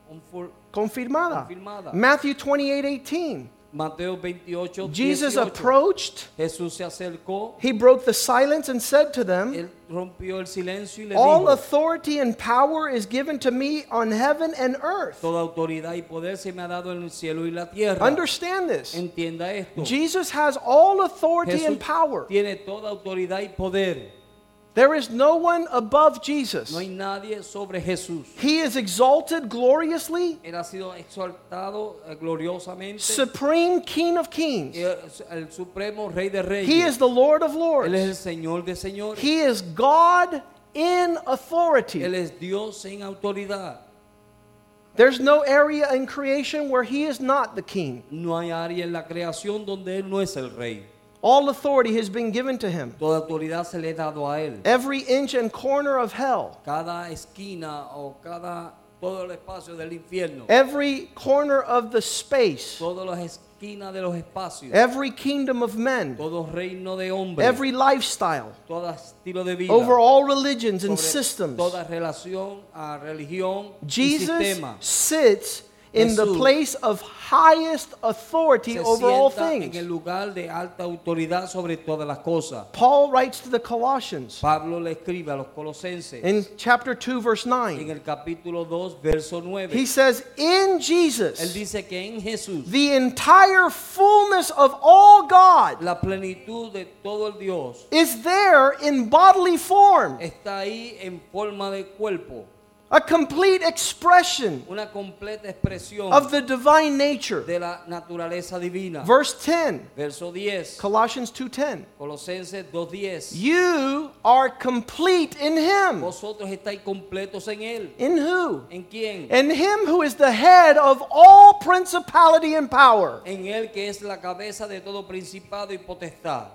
D: confor-
C: Confirmada.
D: Confirmada.
C: Matthew 28 18.
D: Mateo 28.
C: Jesus
D: 18.
C: approached,
D: Jesús se acercó,
C: he broke the silence and said to them,
D: él rompió el silencio y le
C: All
D: dijo,
C: authority and power is given to me on heaven and earth.
D: toda autoridad y poder se me ha dado en el cielo y la tierra.
C: Understand this.
D: Entienda esto.
C: Jesus has all authority
D: Jesús
C: and power.
D: tiene toda autoridad y poder.
C: There is no one above Jesus.
D: No hay nadie sobre Jesús.
C: He is exalted gloriously,
D: Él ha sido exaltado eh, gloriosamente.
C: supreme King of kings.
D: el, el supremo Rey de Reyes.
C: He is the Lord of
D: Él es el
C: lords.
D: Señor de Señores.
C: He is God in
D: Él
C: authority.
D: es Dios en autoridad.
C: There's no area in creation where he is not the king.
D: No hay área en la creación donde Él no es el Rey.
C: All authority has been given to him.
D: Toda autoridad se le ha dado a Él.
C: Every inch and corner of hell,
D: Cada esquina o cada todo el espacio del infierno.
C: Eh. every corner of the space,
D: Todas las esquinas de los espacios.
C: every kingdom of men,
D: Todo reino de hombres.
C: Eh. every lifestyle,
D: todo estilo de vida.
C: over all religions and
D: sobre
C: systems.
D: Toda relación a religión y
C: Jesus
D: sistema.
C: sits in the
D: Jesús
C: place of highest authority
D: Se
C: over all
D: sienta en el
C: things.
D: lugar de alta autoridad sobre todas las cosas.
C: Paul writes to the Colossians
D: Pablo le escribe a los colosenses
C: in chapter 2, verse
D: en
C: 9.
D: el capítulo 2, verso 9.
C: He says, In
D: Él
C: Jesus,
D: dice que en Jesús
C: the entire fullness of all God
D: la plenitud de todo el Dios
C: is there in bodily form.
D: está ahí en forma de cuerpo.
C: a complete expression
D: una completa expresión
C: of the divine nature.
D: de la naturaleza divina.
C: Verse 10,
D: Verso 10,
C: Colossians 2:10.
D: Colosenses 2.10.
C: You are complete in him.
D: Vosotros estáis completos en Él.
C: In who?
D: ¿En quién?
C: In him who is the head of all principality and power.
D: En Él que es la cabeza de todo principado y potestad.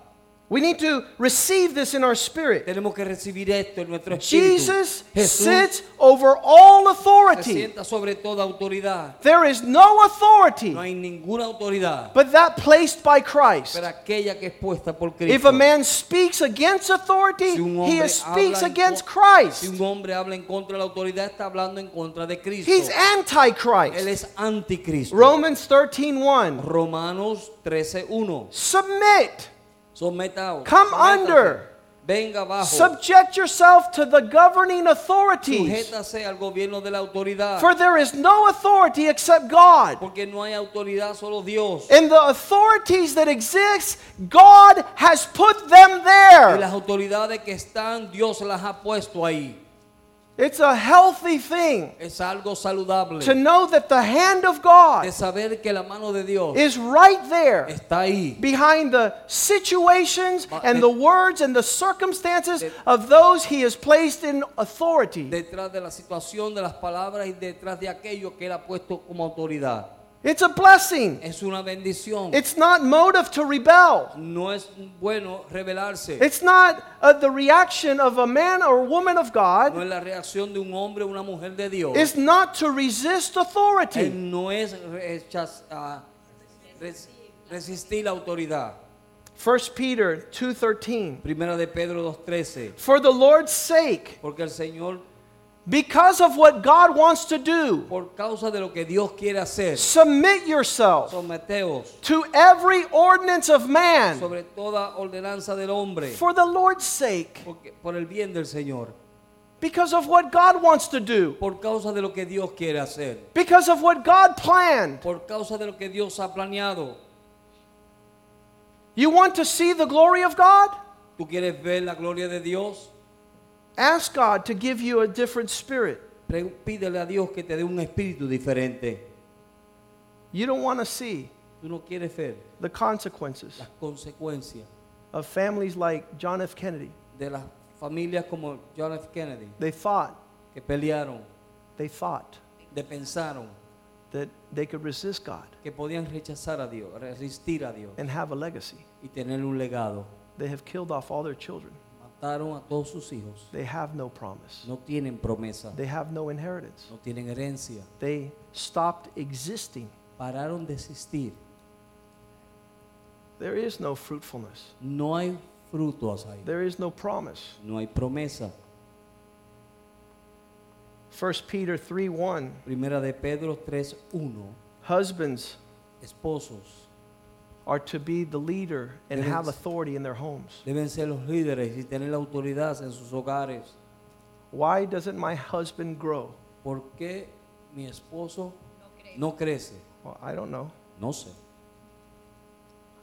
C: We need to receive this in our spirit.
D: Tenemos que recibir esto en nuestro espíritu.
C: Jesus
D: Jesús
C: sits over all
D: se
C: authority.
D: sienta sobre toda autoridad.
C: There is no authority
D: No hay ninguna autoridad,
C: but that placed by Christ.
D: pero aquella que es puesta por
C: If
D: Cristo.
C: a man speaks against authority,
D: si un
C: he
D: hombre
C: is- speaks
D: habla en
C: against
D: co- Si
C: Christ.
D: un hombre habla en contra de la autoridad, está hablando en contra de Cristo.
C: He's
D: Él
C: antichrist.
D: es anticristo.
C: Romans 13:1.
D: Romanos 13:1.
C: Submit.
D: Sometaos.
C: Come
D: sométase.
C: under.
D: Venga abajo.
C: Subject yourself to the governing authorities.
D: Sujétase al gobierno de la autoridad.
C: For there is no authority except God.
D: Porque no hay autoridad, solo Dios.
C: And the authorities that exist, God has put them
D: Y las
C: there.
D: autoridades que están, Dios las ha puesto ahí.
C: It's a healthy thing
D: Es algo saludable.
C: to know that the hand of God
D: De saber que la mano de Dios
C: is right there.
D: está ahí.
C: behind the situations
D: Ba-
C: and
D: de-
C: the words and the circumstances
D: de-
C: of those he has placed in authority.
D: Detrás de la situación, de las palabras y detrás de aquello que Él ha puesto como autoridad.
C: It's a blessing.
D: Es una bendición.
C: It's not motive to rebel.
D: No es bueno rebelarse.
C: It's not uh, the reaction of a man or woman of
D: No
C: God.
D: es la reacción de un hombre o una mujer de Dios.
C: It's not to resist
D: Eh,
C: authority.
D: no es rechaz- ah, res- resistir la autoridad.
C: 1 Peter 2:13.
D: Primera de Pedro 2.13.
C: For the Lord's sake,
D: Porque el Señor,
C: because of what God wants to do,
D: por causa de lo que Dios quiere hacer,
C: submit yourself
D: someteos
C: to every ordinance of man
D: sobre toda ordenanza del hombre.
C: for the Lord's sake.
D: Porque, por el bien del Señor.
C: Because of what God wants to do.
D: Por causa de lo que Dios quiere hacer.
C: Because of what God planned.
D: Por causa de lo que Dios ha planeado.
C: You want to see the glory of God?
D: ¿Tú quieres ver la gloria de Dios?
C: Ask God to give you a different spirit.
D: Pre- Pídele a Dios que te dé un espíritu diferente.
C: You don't want to see
D: Tú no quieres ver
C: the consequences
D: las consecuencias
C: of families like John F. Kennedy.
D: de las familias como John F. Kennedy,
C: They thought,
D: que pelearon,
C: they thought
D: de pensaron
C: that they could resist God
D: que podían rechazar a Dios, resistir a Dios
C: and have a legacy.
D: y tener un legado.
C: They have killed off all their children.
D: Mataron a todos sus hijos.
C: They have no promise.
D: No tienen promesa,
C: They have no inheritance.
D: no tienen herencia.
C: They stopped existing.
D: Pararon de existir.
C: There is no fruitfulness.
D: No hay frutos ahí.
C: There is no promise.
D: No hay promesa.
C: 1 Peter 3 1.
D: Primera de Pedro 3:1.
C: Husbands
D: Esposos
C: are to be the leader and
D: Deben-
C: have authority in their homes.
D: deben ser los líderes y tener la autoridad en sus hogares.
C: Why doesn't my husband grow?
D: ¿Por qué mi esposo no crece?
C: Well, I don't know.
D: No sé.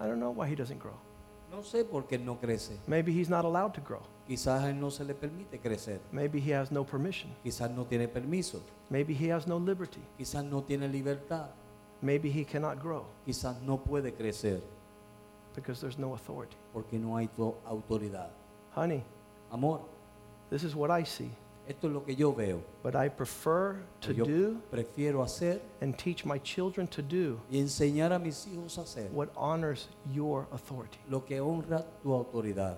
C: I don't know why he doesn't grow.
D: No sé por qué no crece.
C: Maybe he's not allowed to grow.
D: Quizás a él no se le permite crecer.
C: Maybe he has no permission.
D: Quizás no tiene permiso.
C: Maybe he has no liberty.
D: Quizás no tiene libertad.
C: Maybe he cannot grow
D: Quizás no puede crecer
C: because there's no authority.
D: porque no hay tu autoridad.
C: Honey,
D: Amor,
C: this is what I see,
D: esto es lo que yo veo.
C: but I prefer to
D: yo
C: do
D: prefiero hacer
C: and teach my children to do
D: y enseñar a mis hijos a hacer
C: what honors your authority.
D: lo que honra tu autoridad.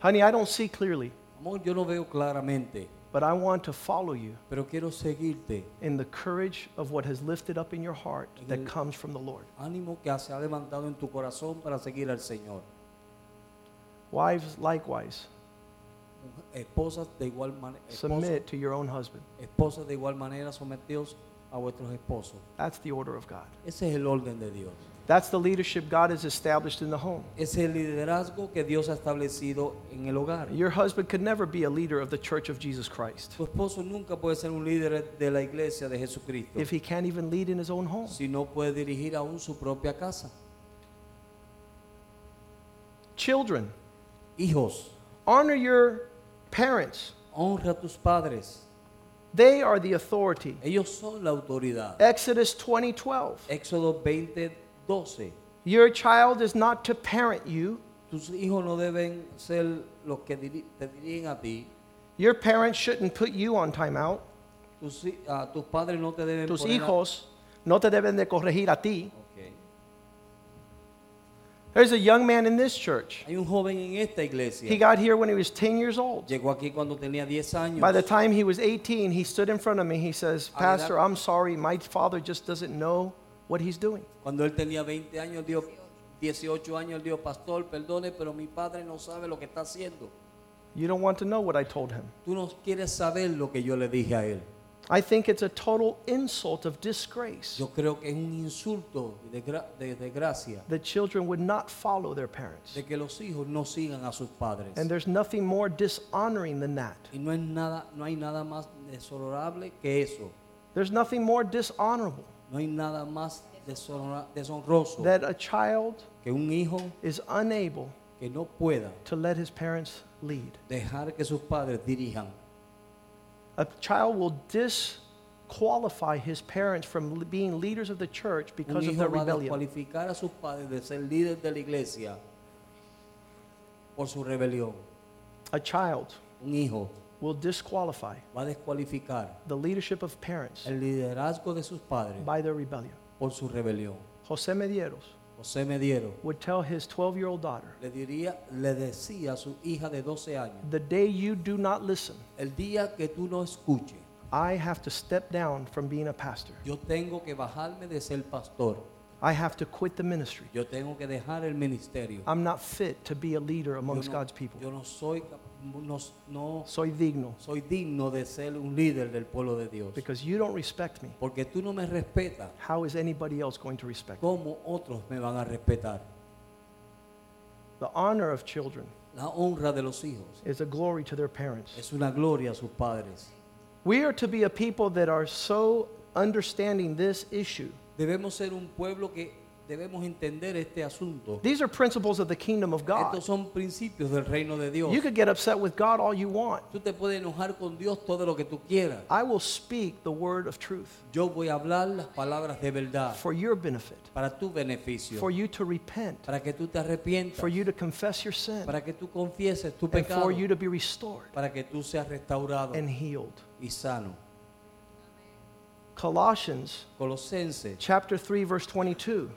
C: Honey, I don't see clearly,
D: Amor, yo no veo claramente,
C: but I want to follow you.
D: pero quiero seguirte.
C: in the courage of what has lifted up in your heart that
D: Mhm.
C: comes from the Lord.
D: Ánimo que se ha levantado en tu corazón para seguir al Señor.
C: Wives, likewise,
D: Esposas de igual manera.
C: submit to your own husband.
D: Esposas de igual manera sometidos a vuestros esposos.
C: That's the order of God.
D: Ese es el orden de Dios.
C: That's the leadership God has established in the home.
D: Ese es el liderazgo que Dios ha establecido en el hogar.
C: Your husband could never be a leader of the Church of Jesus Christ
D: Tu esposo nunca puede ser un líder de la iglesia de Jesucristo
C: if he can't even lead in his own home.
D: si no puede dirigir aún su propia casa.
C: Children,
D: Hijos,
C: honor your Parents,
D: Honra a tus padres.
C: they are the authority.
D: Ellos son la autoridad.
C: Eh. Exodus 20:12.
D: Éxodo 20, 12.
C: Your child is not to parent you.
D: Tus hijos no deben ser los que diri- te dirigen a ti.
C: Your parents shouldn't put you on timeout.
D: Tus, hi- ah, tus padres no te deben
C: Tus
D: poner a-
C: hijos no te deben de corregir a ti.
D: Ok.
C: There's a young man in this church.
D: Hay un joven en esta
C: He
D: iglesia.
C: got here when he was 10 years old.
D: Llegó aquí cuando tenía 10 años.
C: By the time he was 18, he stood in front of me. He says, Pastor, I'm sorry, my father just doesn't know what he's doing.
D: Cuando él tenía 20 años, dio 18 años, él dijo, pastor, perdone, pero mi padre no sabe lo que está haciendo.
C: You don't want to know what I told him.
D: Tú no quieres saber lo que yo le dije a él.
C: I think it's a total insult of disgrace
D: Yo creo que es un insulto de, gra- de desgracia
C: that children would not follow their parents.
D: de que los hijos no sigan a sus padres.
C: And there's nothing more dishonoring than that.
D: Y no, es nada, no hay nada más deshonorable que eso.
C: There's nothing more dishonorable
D: No hay nada más deshonra- deshonroso
C: that a child
D: que un hijo
C: is unable
D: que no pueda
C: to let his parents lead.
D: dejar que sus padres dirijan.
C: A child will disqualify his parents from le- being leaders of the church
D: Un
C: because of
D: hijo
C: their
D: va a
C: rebellion.
D: descualificar a sus padres de ser líderes de la iglesia por su rebelión.
C: A child
D: Un hijo
C: will disqualify
D: va a descualificar
C: the leadership of parents
D: el liderazgo de sus padres
C: by their rebellion.
D: por su rebelión.
C: Jose Medieros
D: José Mediero
C: would tell his 12 year old daughter,
D: le, diría, le decía a su hija de 12 años,
C: The day you do not listen,
D: el día que tú no escuches,
C: I have to step down from being a pastor.
D: yo tengo que bajarme de ser pastor,
C: I have to quit the ministry.
D: yo tengo que dejar el ministerio.
C: I'm not fit to be a leader amongst
D: yo no,
C: God's people.
D: yo no soy, cap- no, no
C: Soy digno
D: soy digno de ser un líder del pueblo de Dios.
C: because you don't respect me.
D: Porque tú no me respetas,
C: How is anybody else going to respect me?
D: ¿cómo otros me van a respetar?
C: The honor of children
D: La honra de los hijos
C: is a glory to their parents.
D: es una gloria a sus padres.
C: We are to be a people that are so understanding this issue.
D: Debemos ser un pueblo que debemos entender este asunto.
C: These are principles of the kingdom of God.
D: Estos son principios del reino de Dios.
C: You could get upset with God all you want.
D: Tú te puedes enojar con Dios todo lo que tú quieras.
C: I will speak the word of truth
D: Yo voy a hablar las palabras de verdad
C: for your benefit,
D: para tu beneficio,
C: for you to repent,
D: para que tú te
C: for
D: arrepientas,
C: you to confess your sin,
D: para que tú confieses tu
C: and
D: pecado,
C: for you to be restored
D: para que tú seas restaurado
C: and healed.
D: y sano.
C: Colossians
D: Colosenses
C: chapter 3 verse 22.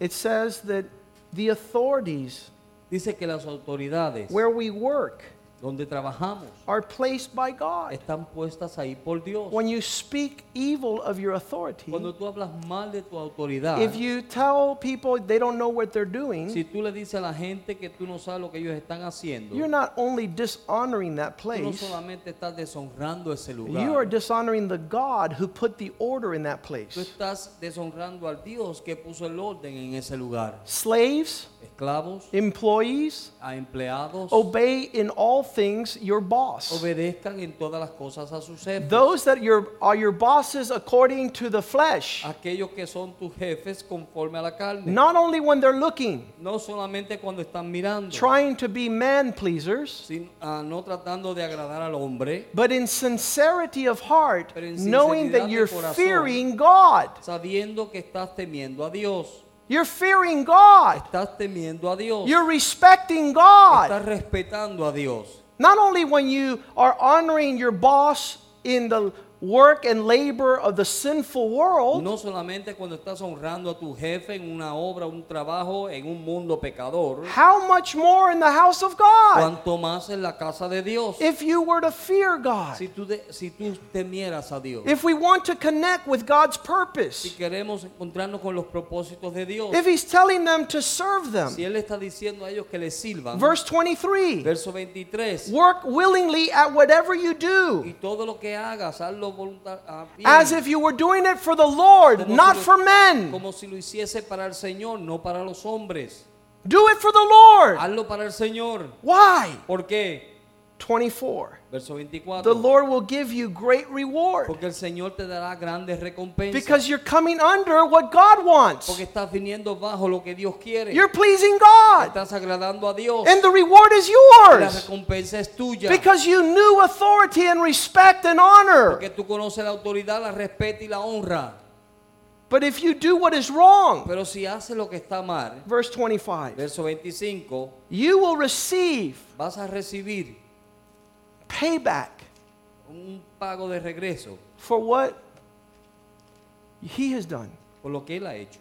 C: It says that the authorities
D: dice que las autoridades
C: where we work
D: donde trabajamos
C: are placed by God.
D: están puestas ahí por Dios.
C: When you speak evil of your authority,
D: Cuando tú hablas mal de tu autoridad,
C: if you tell people they don't know what they're doing,
D: si tú le dices a la gente que tú no sabes lo que ellos están haciendo,
C: you're not only dishonoring that
D: tú no
C: place,
D: solamente estás deshonrando ese lugar,
C: you are dishonoring the God who put the order in that
D: tú
C: place.
D: estás deshonrando al Dios que puso el orden en ese lugar.
C: Slaves,
D: Esclavos,
C: employees,
D: a empleados,
C: obey in all things your boss.
D: obedezcan en todas las cosas a sus jefes.
C: Those that your, are your bosses according to the flesh,
D: Aquellos que son tus jefes conforme a la carne.
C: not only when they're looking,
D: No solamente cuando están mirando,
C: trying to be man pleasers,
D: sin- ah, no tratando de agradar al hombre,
C: but in sincerity of heart,
D: Pero en
C: knowing
D: sinceridad
C: that
D: de
C: you're
D: corazón.
C: fearing God.
D: sabiendo que estás temiendo a Dios.
C: You're fearing God.
D: Estás temiendo a Dios.
C: You're respecting God.
D: Estás respetando a Dios.
C: Not only when you are honoring your boss in the work and labor of the sinful world,
D: No solamente cuando estás honrando a tu jefe en una obra, un trabajo, en un mundo pecador,
C: how much more in the house of God
D: cuanto más en la casa de Dios.
C: if you were to fear God.
D: Si tú, de- si tú temieras a Dios,
C: If we want to connect with God's
D: si
C: purpose,
D: queremos encontrarnos con los propósitos de Dios,
C: if He's telling them to serve them,
D: si Él está diciendo a ellos que le sirvan,
C: verse 23
D: verso 23,
C: work willingly at whatever you
D: y
C: do,
D: todo lo que hagas, hazlo voluntariamente.
C: as if you were doing it for the Lord,
D: Como
C: not
D: si lo-
C: for men.
D: como si lo hiciese para el Señor, no para los hombres.
C: Do it for the Lord.
D: Hazlo para el Señor.
C: Why?
D: ¿Por qué?
C: 24.
D: Verso
C: The
D: 24.
C: Lord will give you great reward
D: Porque el Señor te dará grandes recompensas.
C: because you're coming under what God wants.
D: Porque estás viniendo bajo lo que Dios quiere.
C: You're pleasing God,
D: Estás agradando a Dios.
C: and the reward is
D: Y la
C: yours
D: recompensa es tuya.
C: because you knew authority and respect and honor.
D: Porque tú conoces la autoridad, la respeta y la honra.
C: But if you do what is wrong,
D: Pero si haces lo que está mal,
C: verse 25,
D: verso 25,
C: you will receive
D: vas a recibir
C: payback
D: un pago de regreso
C: for what he has done.
D: por lo que Él ha hecho.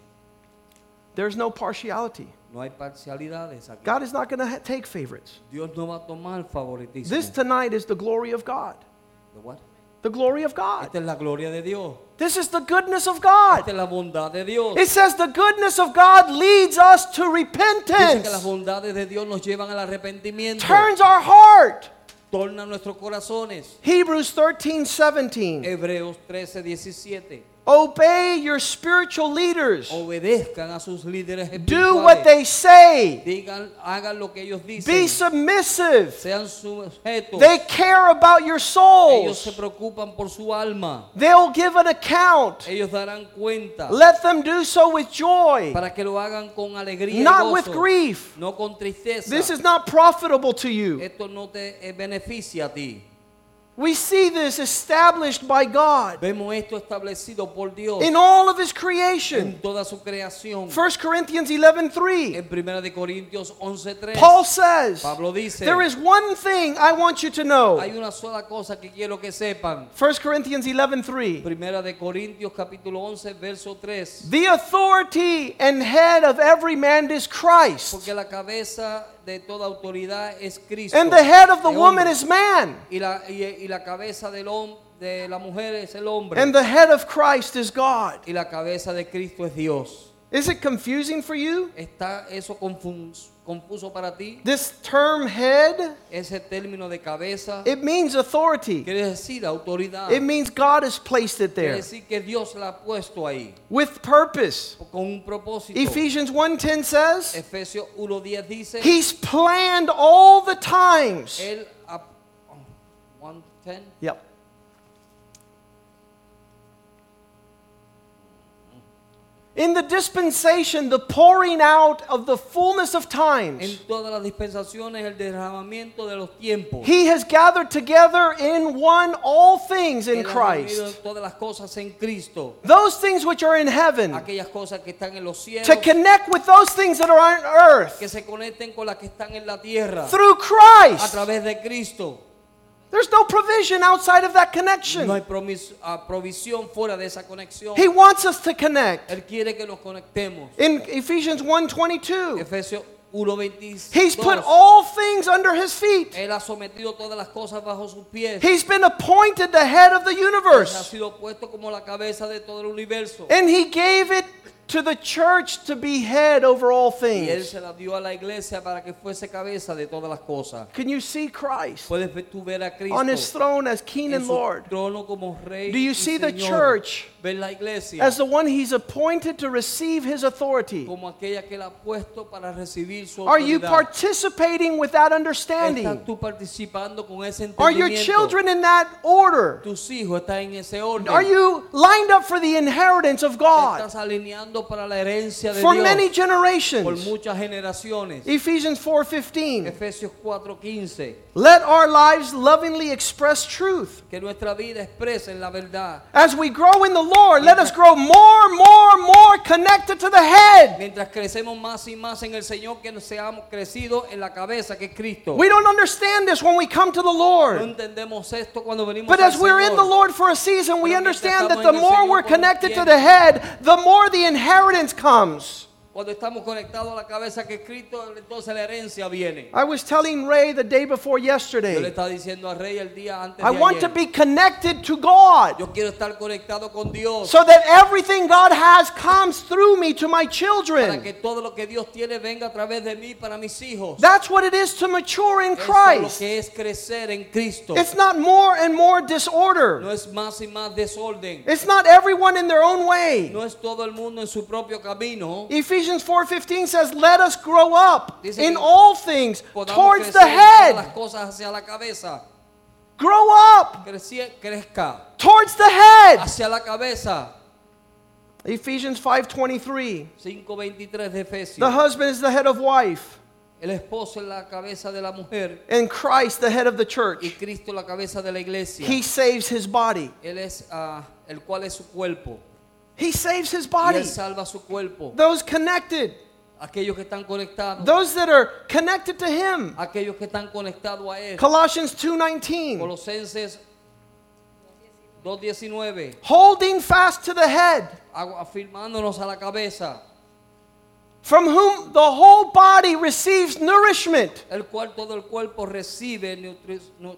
C: There's no partiality.
D: No hay parcialidades aquí.
C: God is not going to ha- take favorites.
D: Dios no va a tomar favoritismo.
C: This tonight is the glory of God.
D: The what?
C: The glory of God.
D: Esta es la gloria de Dios.
C: This is the goodness of
D: Esta
C: God.
D: es la bondad de Dios.
C: It says the goodness of God leads us to
D: Dice que las
C: repentance,
D: bondades de Dios nos llevan al arrepentimiento.
C: turns our heart.
D: Torna nuestros corazones.
C: Hebrews 13 17.
D: Hebreos 13, 17.
C: Obey your spiritual leaders,
D: Obedezcan a sus líderes
C: do what
D: espirituales.
C: they say,
D: Digan, hagan lo que ellos
C: be
D: dicen.
C: submissive.
D: Sean sujetos.
C: They care about your
D: Ellos se
C: souls,
D: preocupan por su alma.
C: they'll give an account.
D: Ellos darán cuenta
C: Let them do so with joy,
D: para que lo hagan con alegría. y
C: not
D: gozo,
C: with grief.
D: No con tristeza.
C: This is not profitable to you.
D: Esto no te eh, beneficia a ti.
C: We see this established by God
D: Vemos esto establecido por Dios
C: in all of His
D: en
C: creation.
D: toda su creación.
C: 1 Corinthians 11:3.
D: En 1 de Corintios 11:3
C: Paul says,
D: Pablo dice,
C: "There is one thing I want you to
D: hay
C: know."
D: una sola cosa que quiero que sepan.
C: 1 Corinthians 11:3.
D: 1 de Corintios capítulo 11 verso 3.
C: The authority and head of every man is Christ,
D: Porque la cabeza de toda autoridad es Cristo.
C: and the head of the
D: el
C: woman
D: hombre.
C: is man,
D: y la, y, y la cabeza del hom- de la mujer es el hombre.
C: and the head of Christ is God.
D: y la cabeza de Cristo es Dios.
C: Is it confusing for you?
D: ¿Está eso confus- confuso para ti?
C: This term head,
D: Ese término de cabeza
C: it means authority.
D: quiere decir autoridad.
C: It means God has placed it
D: Quiere
C: there
D: decir que Dios la ha puesto ahí
C: with purpose.
D: con un propósito.
C: Ephesians 1:10 says,
D: Efesios 1:10 dice,
C: he's planned all the times.
D: él ha- oh, 1:10,
C: Yep. In the dispensation, the pouring out of the fullness of times,
D: en todas las dispensaciones el derramamiento de los tiempos.
C: he has gathered together in one all things in
D: Él ha reunido
C: Christ.
D: en todas las cosas en Cristo.
C: Those things which are in heaven
D: Aquellas cosas que están en los cielos,
C: to connect with those things that are on
D: que
C: earth
D: se conecten con las que están en la tierra
C: through
D: a
C: Christ.
D: través de Cristo.
C: There's no provision outside of that
D: No hay
C: connection.
D: promis- ah, provisión fuera de esa conexión.
C: He wants us to connect.
D: Él quiere que nos conectemos.
C: In Ephesians 1:22,
D: Efesios 1:22.
C: he's put all things under his feet.
D: Él ha sometido todas las cosas bajo sus pies.
C: He's been appointed the head of the
D: Él ha
C: universe,
D: sido puesto como la cabeza de todo el universo.
C: and he gave it to the church to be head over all
D: Y él
C: things.
D: se la dio a la iglesia para que fuese cabeza de todas las cosas.
C: Can you see Christ
D: Puedes ver tú ver a Cristo
C: on his throne as king
D: en
C: and
D: su
C: Lord,
D: trono como rey.
C: Do you
D: y
C: see the
D: Señor.
C: church
D: Ver la iglesia
C: as the one he's appointed to receive his authority?
D: como aquella que la ha puesto para recibir su
C: Are you
D: autoridad.
C: participating with that
D: ¿Estás
C: understanding?
D: tú participando con ese entendimiento?
C: Are your children in that order?
D: Tus hijos están en ese orden.
C: Are you lined up for the inheritance of
D: Te
C: God
D: estás alineando para la herencia de
C: for
D: Dios
C: many
D: por
C: generations?
D: muchas generaciones.
C: Ephesians 4:15.
D: Efesios 4:15.
C: Let our lives lovingly express truth.
D: Que nuestra vida exprese la verdad.
C: As we grow in the Lord, let us grow more, more, more connected to the head.
D: Mientras crecemos más y más en el Señor, que nos seamos crecidos en la cabeza que es Cristo.
C: We don't understand this when we come to the
D: no
C: Lord.
D: entendemos esto cuando venimos
C: But
D: al
C: as we're in
D: Señor.
C: the Lord for a season, we
D: Pero mientras
C: understand that
D: estamos
C: the
D: en el
C: more
D: Señor
C: we're
D: por un
C: connected to
D: tiempo.
C: the head, the more the inheritance comes.
D: Cuando estamos conectados a la cabeza que es Cristo, entonces la herencia viene.
C: I was telling Ray the day before
D: Yo le
C: yesterday,
D: estaba diciendo al rey el día antes
C: I
D: de
C: want to
D: ayer.
C: be connected to God
D: Yo quiero estar conectado con Dios
C: so that everything God has comes through me to my
D: para que
C: children.
D: todo lo que Dios tiene venga a través de mí para mis hijos.
C: That's what it is to mature in
D: Eso es lo
C: Christ.
D: que es crecer en Cristo.
C: It's not more and more
D: No
C: disorder.
D: es más y más desorden.
C: It's not everyone in their own way.
D: No es todo el mundo en su propio camino.
C: Ephesians 4:15 says, "Let us grow up
D: Dice
C: in
D: que
C: all things
D: Podamos
C: towards the
D: crecer en todas las
C: head.
D: cosas hacia la cabeza.
C: Grow up
D: Creci- crezca
C: towards the head."
D: hacia la cabeza.
C: Ephesians 5:23.
D: 5.23 de Efesios.
C: The husband is the head of wife,
D: El esposo es la cabeza de la mujer
C: and Christ the head of the
D: y
C: church.
D: Cristo la cabeza de la iglesia.
C: He saves his body.
D: él es ah, el cual es su cuerpo.
C: He saves his
D: Y
C: body.
D: él salva su cuerpo.
C: Those connected,
D: Aquellos que están conectados.
C: those that are connected to him.
D: aquellos que están conectados a él.
C: Colossians 2:19.
D: Colosenses 2.19.
C: Holding fast to the head,
D: agu- Afirmándonos a la cabeza.
C: from whom the whole body receives nourishment.
D: El cual todo el cuerpo recibe nutri- nu-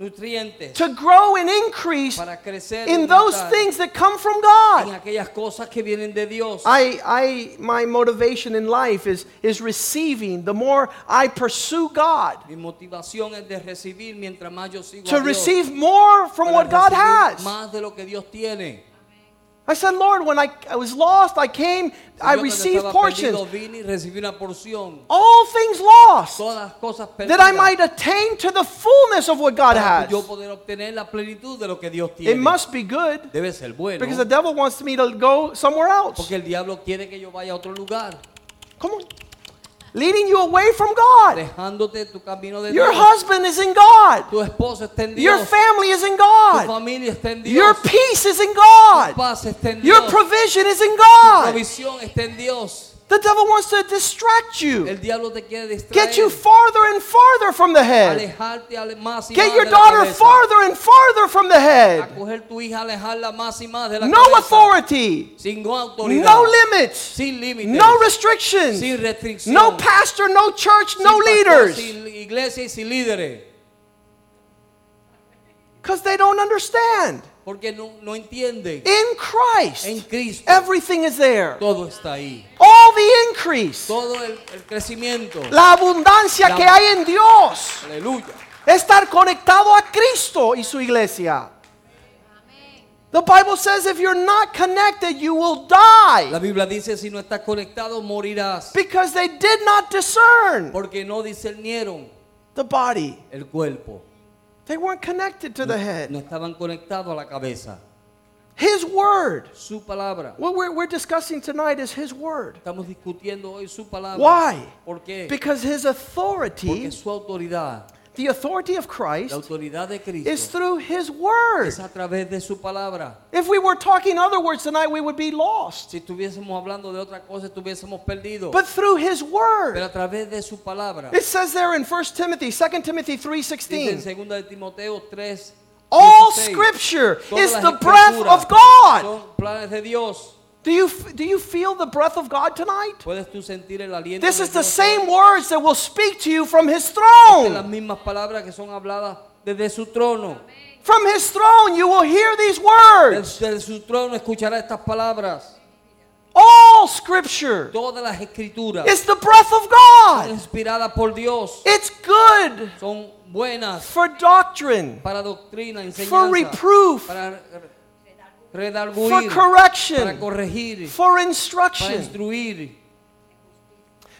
D: nutrientes.
C: to grow and increase
D: para crecer y
C: in those
D: aumentar
C: things that come from
D: en
C: God.
D: aquellas cosas que vienen de Dios.
C: I, I, my motivation in life is, is receiving. The more I pursue God,
D: Mi motivación es de recibir mientras más yo sigo a
C: to
D: Dios,
C: receive more from
D: para
C: what God
D: recibir
C: has.
D: Más de lo que Dios tiene.
C: I said, Lord, when I, I was lost, I came, I
D: Yo cuando
C: received
D: estaba perdido,
C: portions.
D: vine y recibí una porción.
C: All things lost,
D: Todas las cosas perdidas.
C: that I might attain to the fullness of what God
D: para
C: has.
D: yo poder obtener la plenitud de lo que Dios tiene.
C: It must be good,
D: Debe ser bueno.
C: because the devil wants me to go somewhere else.
D: Porque el diablo quiere que yo vaya a otro lugar,
C: Come on. Leading you away from God.
D: dejándote tu camino de
C: Your
D: Dios.
C: husband is in God.
D: Tu esposo está en Dios.
C: Your family is in
D: tu
C: God.
D: familia está en Dios.
C: Your peace is in
D: tu
C: God.
D: paz está en
C: Your
D: Dios.
C: provision is in
D: tu
C: God.
D: provisión está en Dios.
C: The devil wants to distract you,
D: El diablo te quiere distraer.
C: get you farther and farther from the head,
D: alejarte ale- más y
C: get
D: más
C: your
D: de la
C: daughter
D: cabeza.
C: farther and farther from the
D: A
C: head.
D: coger tu hija, alejarla más y más de la
C: No
D: cabeza.
C: authority,
D: Sin autoridad.
C: no limits,
D: sin límites.
C: no restrictions,
D: sin restricción.
C: no pastor, no church,
D: sin
C: no
D: pastor,
C: leaders,
D: Sin iglesia y sin líderes.
C: because they don't understand.
D: Porque no, no entiende.
C: In Christ,
D: En Cristo.
C: everything is there.
D: Todo está ahí.
C: All the increase,
D: Todo el, el crecimiento.
C: la abundancia
D: La-
C: que hay en Dios.
D: Aleluya.
C: estar conectado a Cristo y su iglesia. The Bible says if you're not connected, you will
D: La
C: die
D: Biblia dice, si no estás conectado, morirás.
C: because they did not discern
D: Porque no discernieron
C: the body.
D: el cuerpo.
C: They weren't connected to the
D: No
C: head.
D: estaban conectados a la cabeza.
C: His word.
D: Su palabra.
C: What we're, we're discussing tonight is His word
D: Estamos discutiendo hoy su palabra.
C: Why?
D: ¿Por qué?
C: because His
D: Porque
C: authority,
D: su autoridad,
C: the authority of
D: la
C: Christ,
D: autoridad de
C: is
D: Cristo,
C: through His word.
D: es a través de su palabra.
C: If we were talking other words tonight, we would be lost.
D: Si estuviésemos hablando de otra cosa, estuviésemos perdidos.
C: But through His
D: Pero
C: word,
D: a través de su palabra.
C: it says there in 1 Timothy, 2 Timothy
D: Dice
C: 3:16.
D: en 2 de Timoteo 3.
C: All
D: 16,
C: scripture
D: todas
C: is
D: las
C: the breath
D: escrituras
C: of God.
D: Son planes de Dios.
C: Do you, do you feel the breath of God tonight?
D: Puedes tú sentir el aliento
C: This
D: de
C: is the
D: Dios.
C: same words that will speak to you from his
D: de las
C: throne.
D: mismas palabras que son habladas desde su trono.
C: From his throne, you will hear these words.
D: Desde su trono escuchará estas palabras.
C: All scripture
D: Todas las escrituras
C: is the breath of God.
D: inspiradas por Dios
C: It's good
D: son buenas
C: for doctrine,
D: para doctrina,
C: for
D: enseñanza,
C: reproof,
D: para re-
C: for
D: redarguir, para
C: correction,
D: corregir,
C: for
D: para
C: instruction.
D: instruir.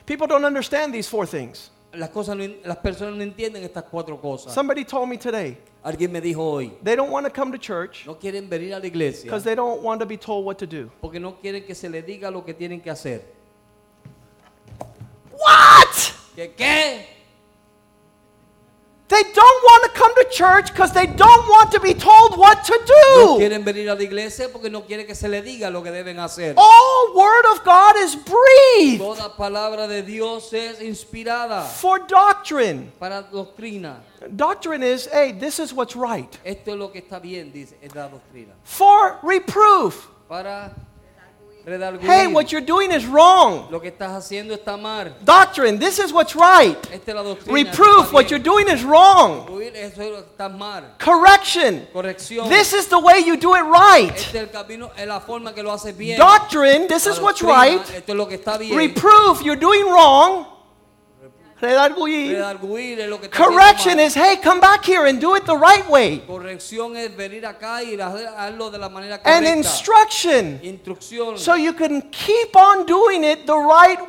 C: People don't understand these four things.
D: Las cosas, no en- las personas no entienden estas cuatro cosas.
C: Somebody told me today
D: Alguien me dijo hoy,
C: they don't want to come to church
D: no quieren venir a la iglesia
C: because they don't want to be told what to do.
D: porque no quieren que se les diga lo que tienen que hacer.
C: What?
D: ¿Qué? qué?
C: They don't want to come to church because they don't want to be told what to
D: No
C: do.
D: quieren venir a la iglesia porque no quieren que se les diga lo que deben hacer.
C: All word of God is breathed
D: Toda palabra de Dios es inspirada
C: for doctrine.
D: para doctrina.
C: Doctrine is, hey, this is what's right.
D: Esto es lo que está bien, dice, es la doctrina.
C: For reproof.
D: Para redarguir.
C: Hey, what you're doing is wrong.
D: lo que estás haciendo está mal.
C: Doctrine, this is what's right.
D: Esta es la doctrina.
C: Reproof, what you're doing is wrong.
D: doing. Eso es lo que está mal.
C: Correction,
D: Corrección.
C: this is the way you do it right.
D: este es el camino, es la forma que lo haces bien.
C: Doctrine, this
D: La
C: is what's
D: doctrina,
C: right.
D: Esto es lo que está bien.
C: Reproof, you're doing wrong. redarguir.
D: Redarguir es lo que está haciendo
C: Correction
D: mal.
C: is, hey, come back here and do it the right way.
D: Corrección es venir acá y hacer- hacerlo de la manera
C: And
D: correcta.
C: instruction,
D: Instrucción.
C: so you can keep on doing it the right
D: para que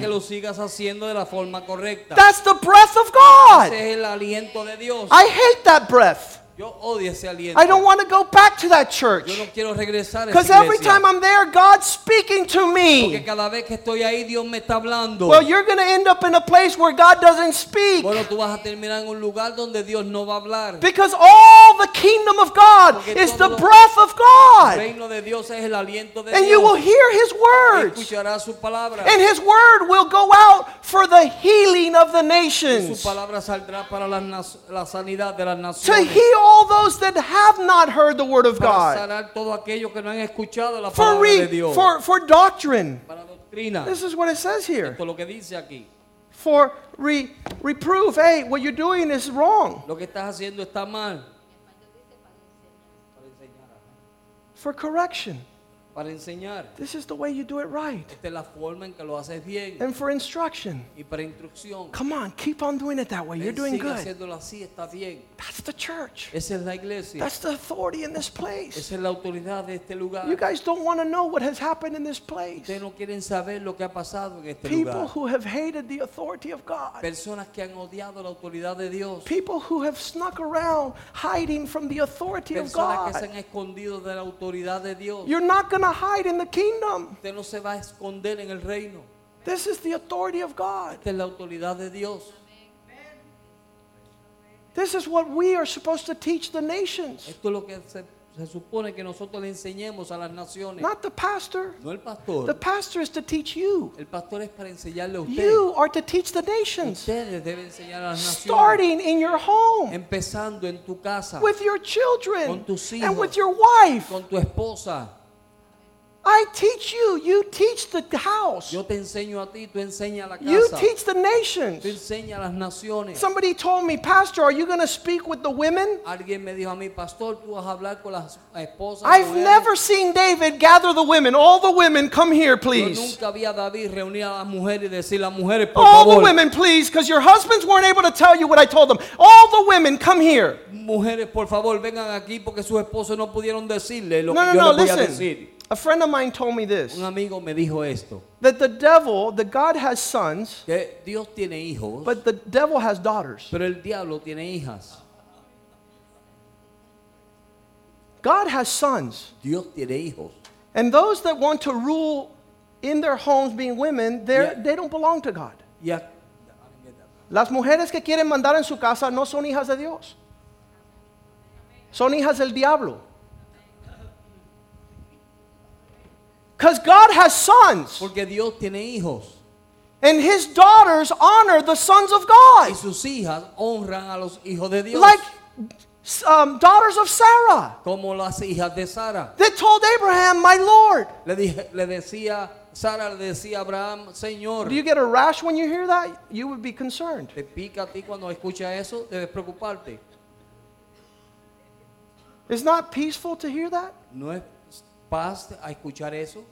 C: way.
D: lo sigas haciendo de la forma correcta.
C: That's the breath of God.
D: Ese es el aliento de Dios.
C: I hate that breath.
D: Yo odio ese aliento.
C: I don't want to go back to that
D: Yo
C: church.
D: no quiero regresar a esa
C: Because every
D: iglesia.
C: time I'm there, God's speaking to
D: Porque
C: me.
D: cada vez que estoy ahí, Dios me está hablando.
C: Well, you're going to end up in a place where God doesn't speak.
D: bueno, tú vas a terminar en un lugar donde Dios no va a hablar.
C: Because all the kingdom of God
D: Porque
C: is the
D: todo lo-
C: breath of
D: El
C: God.
D: reino de Dios es el aliento de
C: And
D: Dios.
C: you will hear his words.
D: Escuchará su palabra.
C: And his word will go out for the healing of the
D: Y su
C: nations.
D: palabra saldrá para las nas- la, sanidad de las
C: To
D: naciones.
C: heal all those that have not heard the word of
D: para
C: God.
D: sanar todo aquello que no han escuchado la
C: For,
D: palabra
C: re-
D: de Dios.
C: for, for doctrine.
D: para doctrina.
C: This is what it says here.
D: Esto es lo que dice aquí.
C: For re- reproof. Hey, what you're doing is wrong.
D: Lo que estás haciendo está mal. Para enseñar.
C: For correction.
D: Para enseñar.
C: This is the way you do it right.
D: Esta es la forma en que lo haces bien.
C: And for instruction.
D: y para instrucción.
C: Come on, keep on doing it that way. You're
D: Ven,
C: doing
D: sigue
C: good.
D: haciéndolo así, está bien.
C: That's the church.
D: Esa es la iglesia.
C: That's the authority in this place.
D: Esa es la autoridad de este lugar.
C: You guys don't want to know what has happened in this place.
D: Ustedes no quieren saber lo que ha pasado en este
C: People
D: lugar.
C: who have hated the authority of God.
D: Personas que han odiado la autoridad de Dios.
C: People who have snuck around hiding from the authority of
D: Personas que se
C: God.
D: han escondido de la autoridad de Dios.
C: You're not going to hide in the kingdom.
D: Usted no se va a esconder en el reino.
C: This is the authority of God.
D: Esta es la autoridad de Dios.
C: This is what we are supposed to teach the nations,
D: Esto es lo que se, se supone que nosotros le enseñemos a las naciones.
C: not the pastor.
D: No el
C: The
D: pastor.
C: pastor is to teach you.
D: El pastor es para enseñarle a usted.
C: You are to teach the nations,
D: Ustedes deben enseñar a las naciones.
C: starting in your home,
D: Empezando en tu casa.
C: with your children,
D: Con tus
C: and with
D: hijos.
C: your wife.
D: Con tu esposa.
C: I teach you, you teach the house,
D: Yo te enseño a ti, tú enseña a la
C: you
D: casa.
C: teach the nations.
D: Tú enseña a las naciones.
C: Somebody told me, Pastor, are you going to speak with the women?
D: Alguien me dijo a mí, pastor, tú vas a hablar con las esposas.
C: I've
D: mujeres".
C: never seen David gather the women. All the women, come here,
D: Yo
C: please.
D: nunca vi a David reunir a las mujeres y decir, las mujeres, por
C: All the
D: favor,
C: women, please, because your husbands weren't able to tell you what I told them. All the women, come here.
D: mujeres, por favor, vengan aquí porque sus esposos no pudieron decirle lo
C: No, no,
D: que yo
C: no,
D: les voy a
C: listen.
D: decir.
C: A friend of mine told me this
D: Un amigo me dijo esto,
C: that the devil, that God has sons,
D: que Dios tiene hijos,
C: but the devil has daughters.
D: pero el diablo tiene hijas.
C: God has sons.
D: Dios tiene hijos.
C: And those that want to rule in their homes being women, they're,
D: Yeah.
C: they don't belong to God.
D: Y a-
C: Las mujeres que quieren mandar en su casa no son hijas de Dios. Son hijas del diablo. Because God has sons,
D: porque Dios tiene hijos.
C: and his daughters honor the sons of
D: Y
C: God,
D: sus hijas honran a los hijos de Dios.
C: like um, daughters of Sarah
D: como las hijas de Sara.
C: that told Abraham, My Lord.
D: Le, dije, le decía, Sara le decía a Abraham, Señor,
C: Do you get a rash when you hear that? You would be concerned.
D: ¿te pica a ti cuando escuchas eso? Debes preocuparte.
C: It's not peaceful to hear that.
D: ¿No es paz a escuchar eso?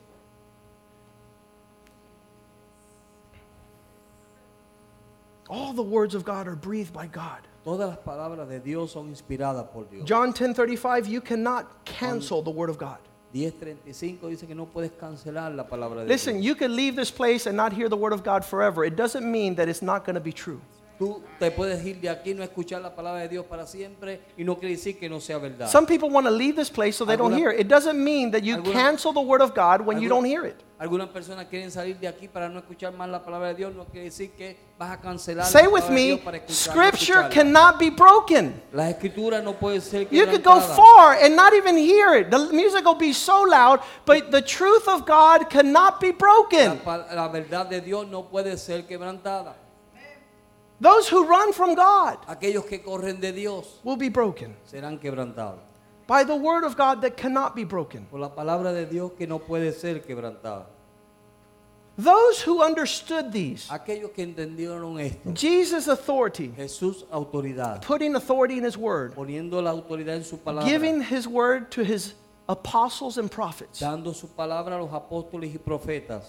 C: All the words of God are breathed by God.
D: Todas las palabras de Dios son inspiradas por Dios.
C: John 10:35, you cannot cancel the word of God.
D: 10.35 dice que no puedes cancelar la palabra de
C: Listen,
D: Dios.
C: you can leave this place and not hear the word of God forever. It doesn't mean that it's not going to be true.
D: Tú te puedes ir de aquí, no escuchar la palabra de Dios para siempre y no quiere decir que no sea verdad.
C: Some people want to leave this place so they don't
D: Alguna-
C: hear. It doesn't mean that you
D: alguna-
C: cancel the word of God when you
D: alguna-
C: don't hear it.
D: Algunas personas quieren salir de aquí para no escuchar más la palabra de Dios, no quiere decir que vas a cancelar la
C: Say
D: palabra
C: with
D: de
C: me,
D: Dios para escuchar, no
C: scripture
D: escucharla.
C: cannot be broken.
D: Las escrituras no pueden ser
C: You could go
D: quebrantadas.
C: far and not even hear it. The music will be so loud, but the truth of God cannot be broken.
D: La, pa- la verdad de Dios no puede ser quebrantada.
C: Those who run from God
D: Aquellos que corren de Dios
C: will be broken
D: serán quebrantados.
C: by the word of God that cannot be broken.
D: Por la palabra de Dios que no puede ser quebrantada.
C: Those who understood these,
D: Aquellos que entendieron esto,
C: Jesus' authority,
D: Jesús autoridad,
C: putting authority in his word,
D: poniendo la autoridad en su palabra,
C: giving his word to his apostles and prophets.
D: dando su palabra a los apóstoles y profetas.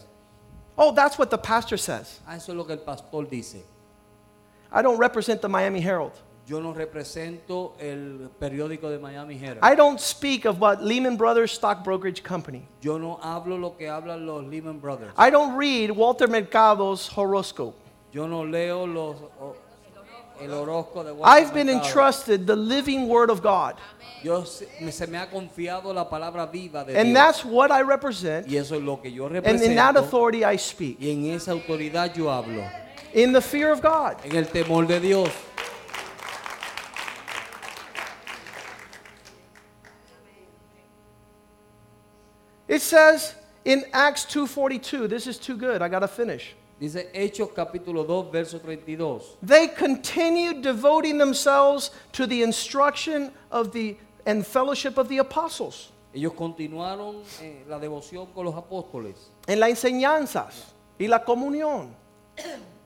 C: Oh, that's what the pastor says.
D: Ah, eso es lo que el pastor dice.
C: I don't represent the Miami Herald.
D: Yo no represento el periódico de Miami Herald.
C: I don't speak of what Lehman Brothers Stock Brokerage Company.
D: Yo no hablo lo que hablan los Lehman Brothers.
C: I don't read Walter Mercado's horoscope.
D: Yo no leo los o- el horóscopo de Walter
C: I've been
D: Mercado.
C: entrusted the living word of God.
D: Yo se me- se me ha confiado la palabra viva de
C: And
D: Dios.
C: that's what I represent.
D: y eso es lo que yo
C: And in that
D: represento.
C: authority I speak.
D: Y en esa autoridad yo hablo.
C: In the fear of God.
D: En el temor de Dios.
C: It says in Acts 2:42, this is too good. I got to finish.
D: Dice Hechos capítulo 2, verso 32.
C: They continued devoting themselves to the instruction of the and fellowship of the apostles
D: Ellos continuaron eh, la devoción con los apóstoles.
C: en la enseñanzas y la comunión.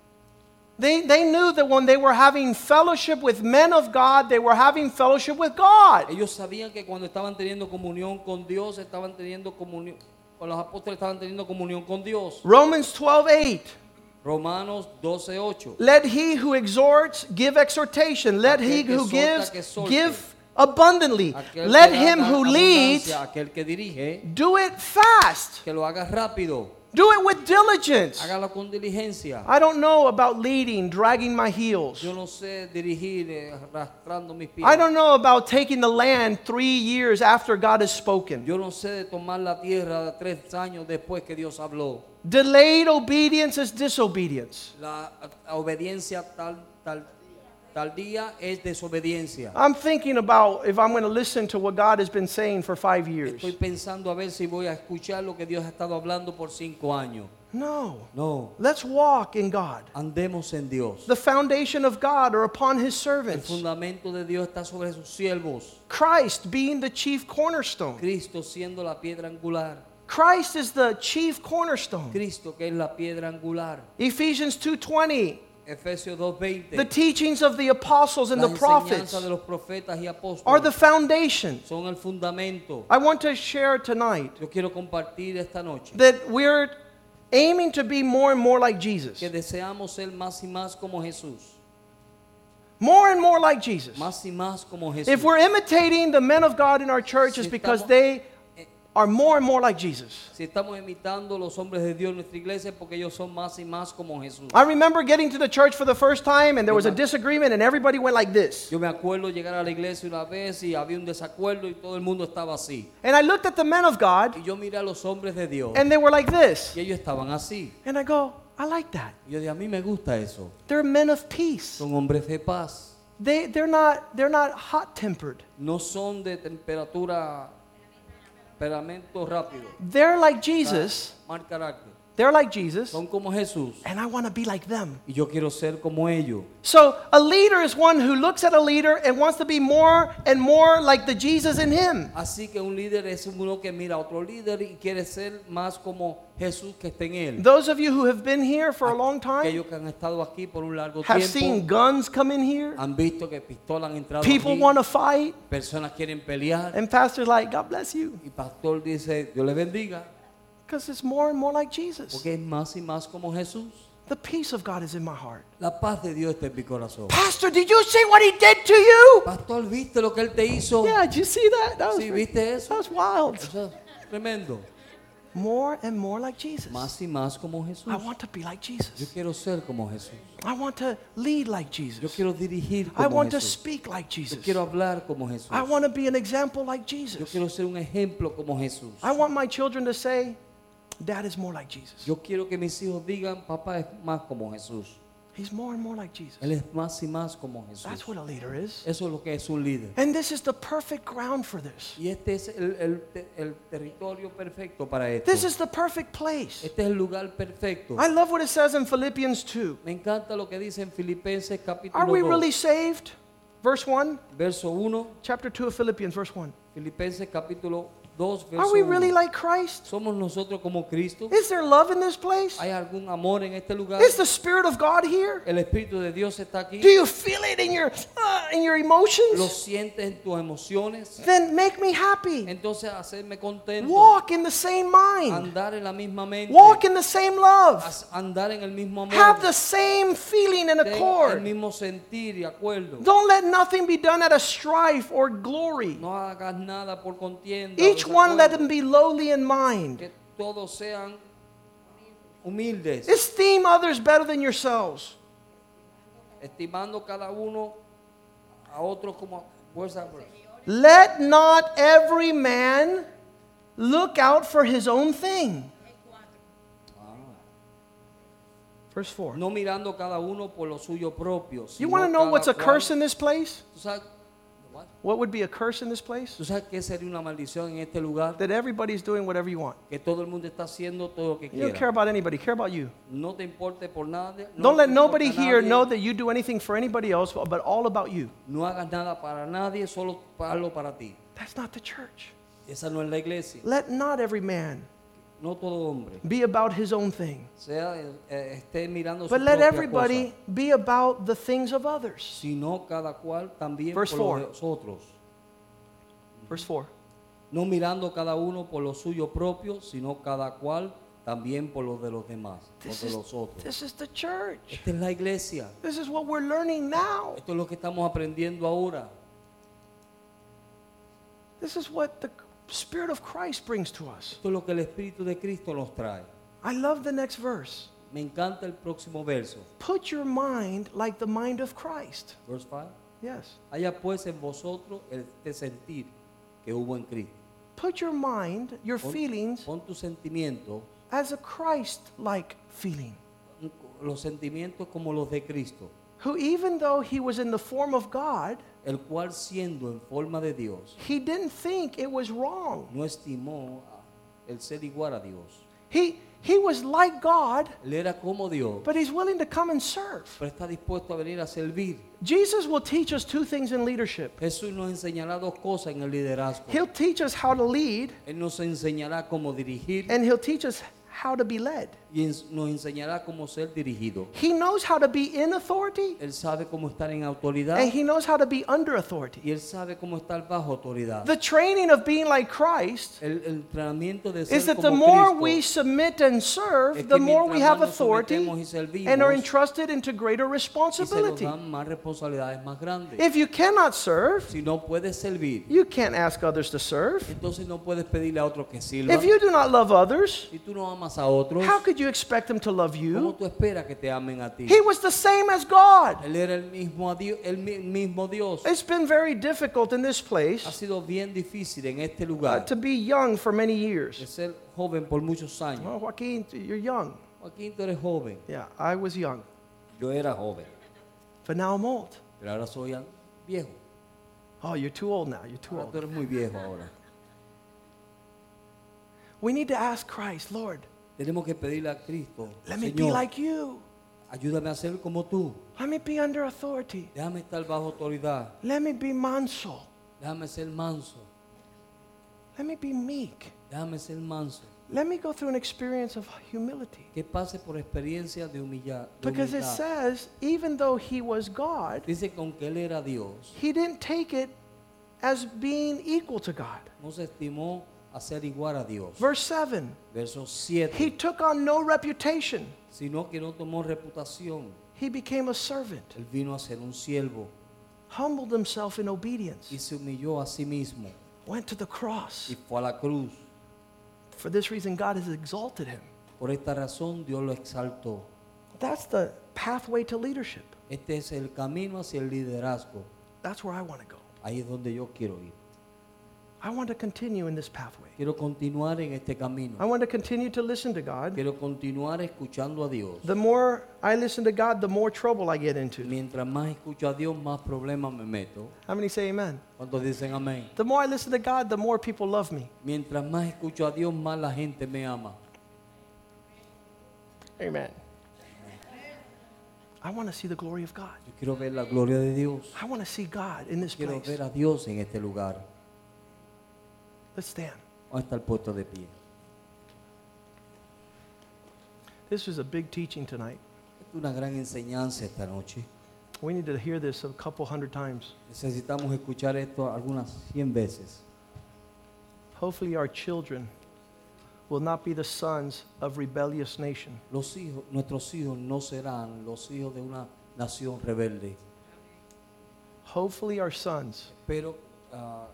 C: They, they knew that when they were having fellowship with men of God, they were having fellowship with God.
D: Ellos sabían que cuando estaban teniendo comunión con Dios, estaban teniendo comunión, con los apóstoles estaban teniendo comunión con Dios.
C: Romans 12 8.
D: Romanos 12, 8.
C: Let he who exhorts give exhortation. Let
D: Aquel
C: he
D: que
C: who
D: exhorta,
C: gives
D: que exhorte.
C: give abundantly.
D: Aquel
C: Let
D: que
C: him
D: da
C: who
D: abundancia,
C: leads
D: aquel que dirige,
C: do it fast.
D: que lo haga rápido,
C: Do it with diligence.
D: hágalo con diligencia.
C: I don't know about leading, dragging my heels.
D: Yo no sé dirigir eh, arrastrando mis pies.
C: I don't know about taking the land three years after God has spoken.
D: Yo no sé de tomar la tierra tres años después que Dios habló.
C: Delayed obedience is disobedience.
D: La a- obediencia tal, tal, tardía es desobediencia.
C: I'm thinking about if I'm going to listen to what God has been saying for five years.
D: Estoy pensando a ver si voy a escuchar lo que Dios ha estado hablando por cinco años.
C: No.
D: No,
C: Let's walk in God.
D: andemos en Dios.
C: The foundation of God are upon his
D: El
C: servants.
D: fundamento de Dios está sobre sus siervos.
C: Christ being the chief cornerstone.
D: Cristo siendo la piedra angular.
C: Christ is the chief cornerstone.
D: Cristo que es la piedra angular.
C: Ephesians 2:20,
D: Efesios
C: the
D: 2:20.
C: teachings of the apostles and
D: La
C: the prophets
D: enseñanza de los profetas y
C: are the
D: apóstoles
C: foundation.
D: son el fundamento.
C: I want to share tonight
D: Yo quiero compartir esta noche
C: that we're aiming to be more and more like Jesus.
D: que deseamos ser más y más como Jesús.
C: More and more like Jesus.
D: Más y más como Jesús.
C: If we're imitating the men of God in our church, it's
D: Si
C: because
D: estamos-
C: they are more and more like Jesus.
D: Si estamos imitando los hombres de Dios en nuestra iglesia es porque ellos son más y más como Jesús.
C: I remember getting to the church for the first time and there was a
D: Amen.
C: disagreement and everybody went like this.
D: Yo me acuerdo llegar a la iglesia una vez y había un desacuerdo y todo el mundo estaba así.
C: And I looked at the men of God
D: Y yo miré a los hombres de Dios
C: and they were like this.
D: y ellos estaban así.
C: And I go, I like that.
D: Y yo dije, a mí me gusta eso.
C: They're men of peace.
D: Son hombres de paz.
C: They, they're not, they're not hot tempered.
D: No son de temperatura, temperamento rápido. Ah,
C: They're like Jesus.
D: Mal carácter.
C: They're like Jesus.
D: Son como Jesús.
C: Uh, And I want to be like them.
D: Y yo quiero ser como ellos.
C: So a leader is one who looks at a leader and wants to be more and more like the Jesus in him.
D: Así que un líder es uno que mira a otro líder y quiere ser más como Jesús que está en él.
C: Those of you who have been here for a long time
D: Aquellos que han estado aquí por un largo
C: have seen
D: tiempo
C: guns come in here.
D: han visto que pistolas han entrado
C: People
D: aquí,
C: want to fight.
D: personas quieren pelear
C: And pastor's like, God bless you.
D: y pastor dice, Dios le bendiga,
C: Because it's more and more like Jesus.
D: porque es más y más como Jesús.
C: The peace of God is in my heart.
D: La paz de Dios está en mi corazón.
C: Pastor, did you see what he did to you?
D: Pastor, ¿viste lo que él te hizo?
C: Yeah, did you see that? That was,
D: Sí, ¿viste
C: that
D: eso?
C: was wild.
D: Eso es tremendo.
C: More and more like Jesus.
D: Más y más como Jesús.
C: I want to be like
D: Yo
C: Jesus.
D: quiero ser como Jesús.
C: I want to lead like
D: Yo
C: Jesus.
D: quiero dirigir
C: I
D: como
C: want to
D: Jesús.
C: speak like
D: Yo
C: Jesus.
D: quiero hablar como Jesús.
C: I want to be an example like
D: Yo
C: Jesus.
D: quiero ser un ejemplo como Jesús.
C: I want my children to say, Dad is more like Jesus.
D: Yo quiero que mis hijos digan, papá es más como Jesús.
C: He's more and more like Jesus.
D: Él es más y más como
C: That's
D: Jesús.
C: what a leader is.
D: Eso es lo que es un líder.
C: And this is the perfect ground for this.
D: Y este es el, el te- el territorio perfecto para esto.
C: This is the perfect place.
D: Este es el lugar perfecto.
C: I love what it says in Philippians 2.
D: Me encanta lo que dice en Filipenses capítulo
C: Are we
D: 2,
C: really saved? Verse 1,
D: verso 1,
C: chapter 2 of Philippians, verse 1.
D: Filipenses capítulo 2,
C: Are
D: verso
C: we
D: uno.
C: really like Christ?
D: ¿Somos nosotros como Cristo?
C: Is there love in this place?
D: ¿Hay algún amor en este lugar?
C: Is the Spirit of God here?
D: ¿El Espíritu de Dios está aquí?
C: Do you feel it in your uh, in your
D: ¿Lo
C: emotions?
D: sientes en tus emociones?
C: Then make me happy.
D: Entonces hacerme contento.
C: Walk in the same mind.
D: Andar en la misma mente.
C: Walk in the same love.
D: Haz- Andar en el mismo amor.
C: Have the same feeling and
D: Ten el
C: accord.
D: mismo sentir y acuerdo.
C: Don't let nothing be done out of strife or glory.
D: No hagas nada por contienda. o
C: Each one let
D: desacuerdo.
C: him be lowly in mind.
D: que todos sean humildes,
C: Esteem others better than yourselves.
D: estimando cada uno a otro como fuerza.
C: Let not every man look out for his own thing. Verse 4.
D: No mirando cada uno por lo suyo propio.
C: You
D: sino
C: want to know
D: cada
C: what's a
D: cual-
C: curse in this place?
D: ¿Tú sabes, what?
C: What would be a curse in this place?
D: ¿Tú sabes qué sería una maldición en este lugar?
C: That everybody's doing whatever you want.
D: Que todo el mundo está haciendo todo lo que
C: You don't care
D: quiere.
C: about anybody, care about you.
D: No te importe por nada. no
C: Don't
D: te
C: let
D: importa
C: nobody
D: a
C: here
D: nadie,
C: know that you do anything for anybody else, but all about you.
D: No hagas nada para nadie, solo hazlo para ti.
C: That's not the church.
D: Esa no es la iglesia.
C: Let not every man
D: No todo hombre
C: be about his own thing,
D: sea eh, esté mirando
C: but
D: su
C: let
D: propia cosa.
C: everybody be about the things of others.
D: sino cada cual también
C: Verse
D: por
C: four.
D: los de los otros.
C: Verse 4.
D: No mirando cada uno por lo suyo propio, sino cada cual también por los de los demás, por
C: This
D: de
C: is,
D: los otros.
C: this is the church.
D: Esta es la iglesia.
C: This is what we're learning now.
D: Esto es lo que estamos aprendiendo ahora.
C: This is what the Spirit of Christ brings to us.
D: Esto es lo que el Espíritu de Cristo nos trae.
C: I love the next verse.
D: Me encanta el próximo verso.
C: Put your mind like the mind of Christ.
D: Verse 5.
C: Yes.
D: Haya pues en vosotros este sentir que hubo en Cristo.
C: Put your mind, your
D: Pon,
C: feelings,
D: pon tus sentimientos,
C: as a Christ like feeling,
D: los sentimientos como los de Cristo,
C: who, even though he was in the form of God,
D: el cual siendo en forma de Dios,
C: he didn't think it was wrong.
D: no estimó a- el ser igual a Dios.
C: He, he was like God,
D: Él era como Dios,
C: but he's willing to come and serve.
D: pero está dispuesto a venir a servir.
C: Jesus will teach us two things in leadership
D: Jesús nos enseñará dos cosas en el liderazgo.
C: He'll teach us how to lead,
D: Él nos enseñará cómo dirigir
C: and he'll teach us how to be led.
D: y ens- nos enseñará cómo ser dirigido.
C: He knows how to be in authority,
D: Él sabe cómo estar en autoridad
C: and he knows how to be under authority.
D: y él sabe cómo estar bajo autoridad.
C: The training of being like Christ
D: El, el entrenamiento de ser
C: is that the
D: como
C: more
D: Cristo
C: we submit and
D: es
C: serve,
D: que
C: the more
D: mientras
C: we
D: más
C: have
D: nos
C: authority
D: sometemos y servimos,
C: and are entrusted into greater
D: y se nos
C: responsibility.
D: dan más responsabilidades más grandes.
C: If you cannot serve,
D: si no puedes servir,
C: you can't ask others to serve.
D: entonces no puedes pedirle a otros que sirvan.
C: If you do not love others,
D: si tú no amas a otros,
C: how could you expect them to love
D: ¿Cómo
C: you?
D: tú esperas que te amen a ti?
C: He was the same as God.
D: Él era el mismo, a Dios, el mi- mismo Dios.
C: It's been very difficult in this
D: Ha
C: place
D: sido bien difícil en este
C: uh,
D: lugar
C: to be young for many
D: de
C: years.
D: ser joven por muchos años.
C: Well, Joaquin, you're young.
D: Joaquín, tú eres joven.
C: Yeah, I was young,
D: Yo era joven,
C: but now I'm old.
D: pero ahora soy al- viejo.
C: Oh, you're too old now. You're too
D: Ahora tú
C: old.
D: eres muy viejo ahora.
C: We need to ask Christ, Lord,
D: Tenemos que pedirle a Cristo,
C: let me be
D: Señor,
C: like you.
D: ayúdame a ser como tú.
C: Let me be under authority.
D: Déjame estar bajo autoridad.
C: Let me be manso.
D: Déjame ser manso.
C: Let me be meek.
D: Déjame ser manso.
C: Let me go through an experience of humility.
D: Que pase por experiencia de humillar. de
C: Because it
D: humildad.
C: says, even though he was God,
D: Dice que aunque él era Dios,
C: he didn't take it as being equal to God.
D: no se estimó a ser igual a Dios.
C: Verse 7
D: Verso
C: He
D: 7.
C: took on no reputation,
D: Sino que no tomó reputación.
C: he became a servant,
D: Él vino a ser un siervo
C: humbled himself in
D: y
C: obedience,
D: se humilló a sí mismo
C: went to the cross.
D: y fue a la cruz.
C: For this reason, God has exalted him.
D: Por esta razón Dios lo exaltó.
C: That's the pathway to leadership.
D: Este es el camino hacia el liderazgo.
C: That's where I want to go.
D: Ahí es donde yo quiero ir.
C: I want to continue in this pathway.
D: Quiero continuar en este
C: I
D: camino.
C: want to continue to listen to God.
D: Quiero continuar escuchando a Dios.
C: The more I listen to God, the more trouble I get into.
D: Mientras más escucho a Dios, más problemas me meto.
C: How many say amen?
D: ¿Cuántos dicen amén?
C: The more I listen to God, the more people love me.
D: Mientras más escucho a Dios, más la gente me ama.
C: Amen. I want to see the glory of God.
D: Yo quiero ver la gloria de Dios.
C: I want to see God in this
D: Quiero
C: place.
D: ver a Dios en este lugar.
C: Let's stand.
D: a estar puesto de pie.
C: This is a big teaching tonight.
D: Es una gran enseñanza esta noche.
C: We need to hear this a couple hundred times.
D: Necesitamos escuchar esto algunas 100 veces.
C: Hopefully, our children will not be the sons of rebellious nation.
D: Los hijos, nuestros hijos no serán los hijos de una nación rebelde,
C: Hopefully, our sons
D: pero ah,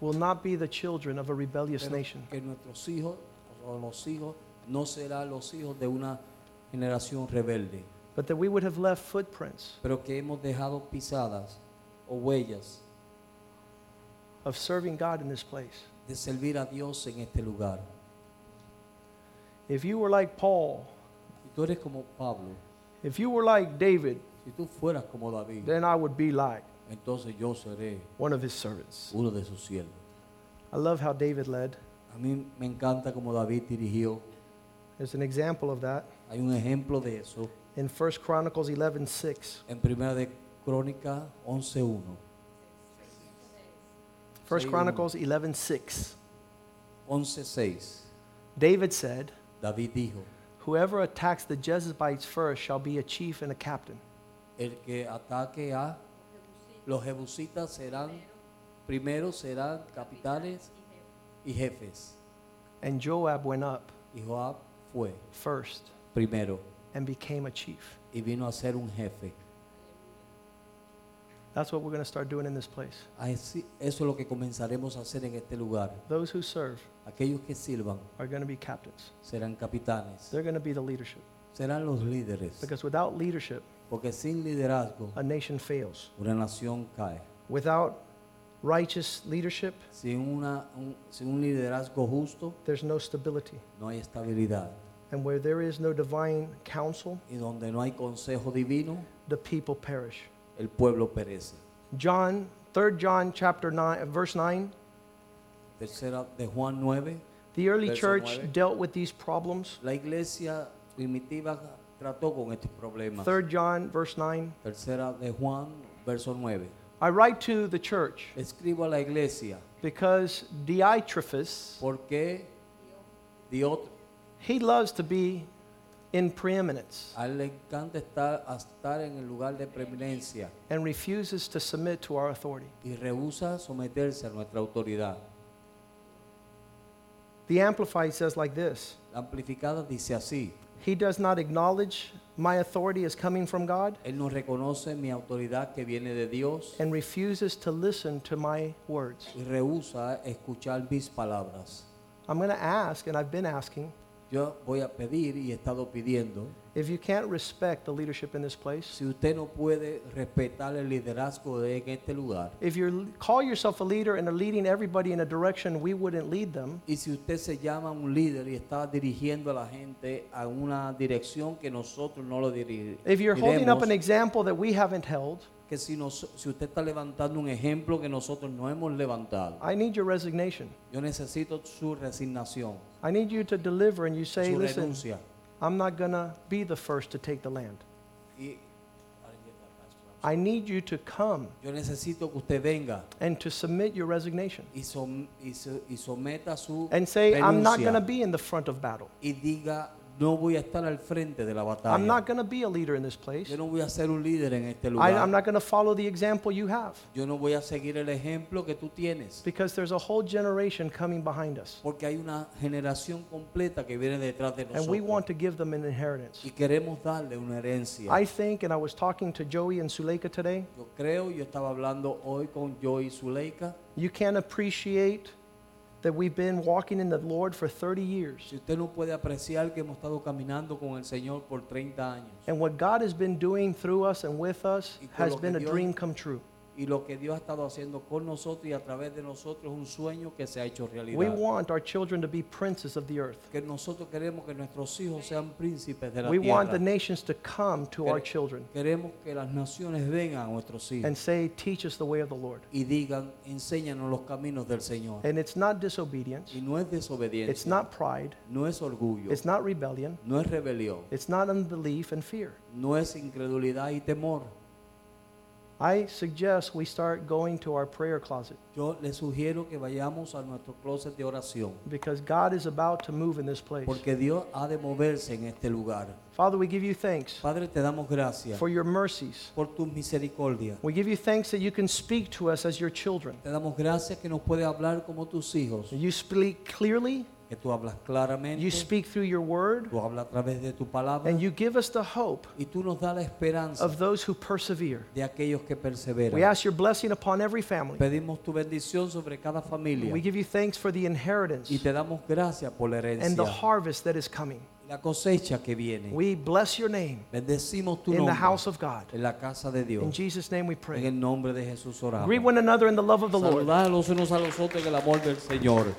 C: will not be the children of a rebellious
D: pero
C: nation.
D: que nuestros hijos o los hijos no serán los hijos de una generación rebelde,
C: but that we would have left footprints
D: pero que hemos dejado pisadas o huellas
C: of serving God in this place.
D: de servir a Dios en este lugar.
C: If you were like Paul,
D: Si tú eres como Pablo,
C: if you were like David,
D: si tú fueras como David,
C: then I would be like
D: entonces yo seré
C: one of his servants.
D: uno de sus siervos.
C: I love how David led.
D: A mí me encanta como David dirigió.
C: There's an example of that
D: Hay un ejemplo de eso
C: in 1 Chronicles 11:6.
D: en Primera de Crónica 11.1.
C: 1
D: Say
C: Chronicles 11:6.
D: 11.6.
C: David said,
D: David dijo,
C: Whoever attacks the Jezebites first shall be a chief and a captain.
D: el que ataque a los jebusitas serán, primero serán capitanes y jefes.
C: And Joab went up
D: Y Joab fue
C: first
D: primero
C: and became a chief.
D: y vino a ser un jefe.
C: That's what we're going to start doing in this place.
D: Así- eso es lo que comenzaremos a hacer en este lugar.
C: Those who serve
D: Aquellos que sirvan
C: are going to be captains.
D: serán capitanes,
C: They're going to be the leadership.
D: serán los líderes,
C: Because without leadership,
D: porque sin liderazgo
C: a nation fails.
D: una nación cae.
C: Without righteous leadership,
D: Sin, una, un, sin un liderazgo justo
C: there's no stability.
D: no hay estabilidad.
C: And where there is no divine counsel,
D: Y donde no hay consejo divino,
C: the people perish.
D: el pueblo perece.
C: John, 3 John chapter 9, verse 9,
D: Tercera de Juan 9,
C: the early
D: Verso
C: church
D: nueve.
C: dealt with these problems.
D: la iglesia primitiva trató con estos problemas.
C: 3 John, verse 9,
D: Tercera de Juan, verso 9.
C: I write to the church
D: Escribo a la iglesia
C: because Diotrephes,
D: porque Dios,
C: he loves to be in preeminence
D: a él le encanta estar, a estar en el lugar de preeminencia
C: and refuses to submit to our authority.
D: y rehúsa someterse a nuestra autoridad.
C: The Amplified says like this
D: La amplificada dice así,
C: He does not acknowledge my authority as coming from God
D: Él no reconoce mi autoridad que viene de Dios
C: and refuses to listen to my words.
D: y rehúsa escuchar mis palabras.
C: I'm going to ask, and I've been asking,
D: Yo voy a pedir y he estado pidiendo,
C: if you can't respect the leadership in this place,
D: si usted no puede respetar el liderazgo de en este lugar,
C: if you call yourself a leader and are leading everybody in a direction we wouldn't lead them,
D: y si usted se llama un líder y está dirigiendo a la gente a una dirección que nosotros no lo dirigimos,
C: if you're holding up an example that we haven't held,
D: que si, nos- si usted está levantando un ejemplo que nosotros no hemos levantado,
C: I need your resignation.
D: yo necesito su resignación,
C: I need you to deliver and you say,
D: su
C: listen,
D: renuncia.
C: I'm not going to be the first to take the land.
D: Y
C: I need you to come
D: yo necesito que usted venga
C: and to submit your resignation
D: y, som- y so- y someta su
C: and say, I'm not
D: renuncia
C: going to be in the front of battle.
D: y diga no voy a estar al frente de la batalla.
C: I'm not going to be a leader in this place.
D: yo no voy a ser un líder en este
C: I,
D: lugar.
C: I'm not going to follow the example you have
D: yo no voy a seguir el ejemplo que tú tienes,
C: because there's a whole generation coming behind us
D: porque hay una generación completa que viene detrás de
C: and we want
D: nosotros
C: to give them an inheritance.
D: y queremos darle una herencia.
C: I think, and I was talking to Joey and Suleika today,
D: yo creo, yo estaba hablando hoy con Joy Zuleika.
C: you can appreciate that we've been walking in the Lord for 30 years
D: Si usted no puede apreciar que hemos estado caminando con el Señor por 30 años
C: and what God has been doing through us and with us
D: Y con
C: has
D: lo que
C: been a
D: Dios-
C: dream come true.
D: y lo que Dios ha estado haciendo con nosotros y a través de nosotros es un sueño que se ha hecho realidad.
C: We want our children to be princes of the earth.
D: que nosotros queremos que nuestros hijos sean príncipes de la
C: We want the
D: tierra.
C: nations to come to our
D: Quere-
C: children
D: Queremos que las naciones vengan a nuestros hijos
C: and say, Teach us the way of the Lord.
D: y digan, enséñanos los caminos del Señor.
C: And it's not disobedience,
D: Y no es desobediencia,
C: it's not pride,
D: no es orgullo,
C: it's not rebellion,
D: no es rebelión,
C: it's not unbelief and fear.
D: no es incredulidad y temor.
C: I suggest we start going to our prayer closet
D: Yo les sugiero que vayamos a nuestro closet de oración,
C: because God is about to move in this place.
D: porque Dios ha de moverse en este lugar.
C: Father, we give you thanks
D: Padre, te damos gracias
C: for your mercies.
D: por tu misericordia.
C: We give you thanks that you can speak to us as your children.
D: Te damos gracias que nos puedes hablar como tus hijos,
C: You speak clearly,
D: que tú hablas
C: you
D: claramente,
C: speak through your word,
D: tú hablas a través de tu palabra
C: and you give us the hope
D: y tú nos das la esperanza
C: of those who persevere.
D: de aquellos que
C: We
D: perseveran.
C: ask your blessing upon every family.
D: Pedimos tu bendición sobre cada familia
C: We give you thanks for the inheritance
D: y te damos gracias por la
C: and the
D: herencia,
C: harvest that is coming.
D: la cosecha que viene.
C: We bless your name
D: Bendecimos tu
C: in the house
D: nombre
C: of God.
D: en la casa de
C: In
D: Dios.
C: Jesus' name we
D: En
C: pray.
D: el nombre de Jesús oramos.
C: Greet one another in the love of the Lord.
D: Saludad los unos a los otros en el amor del Señor.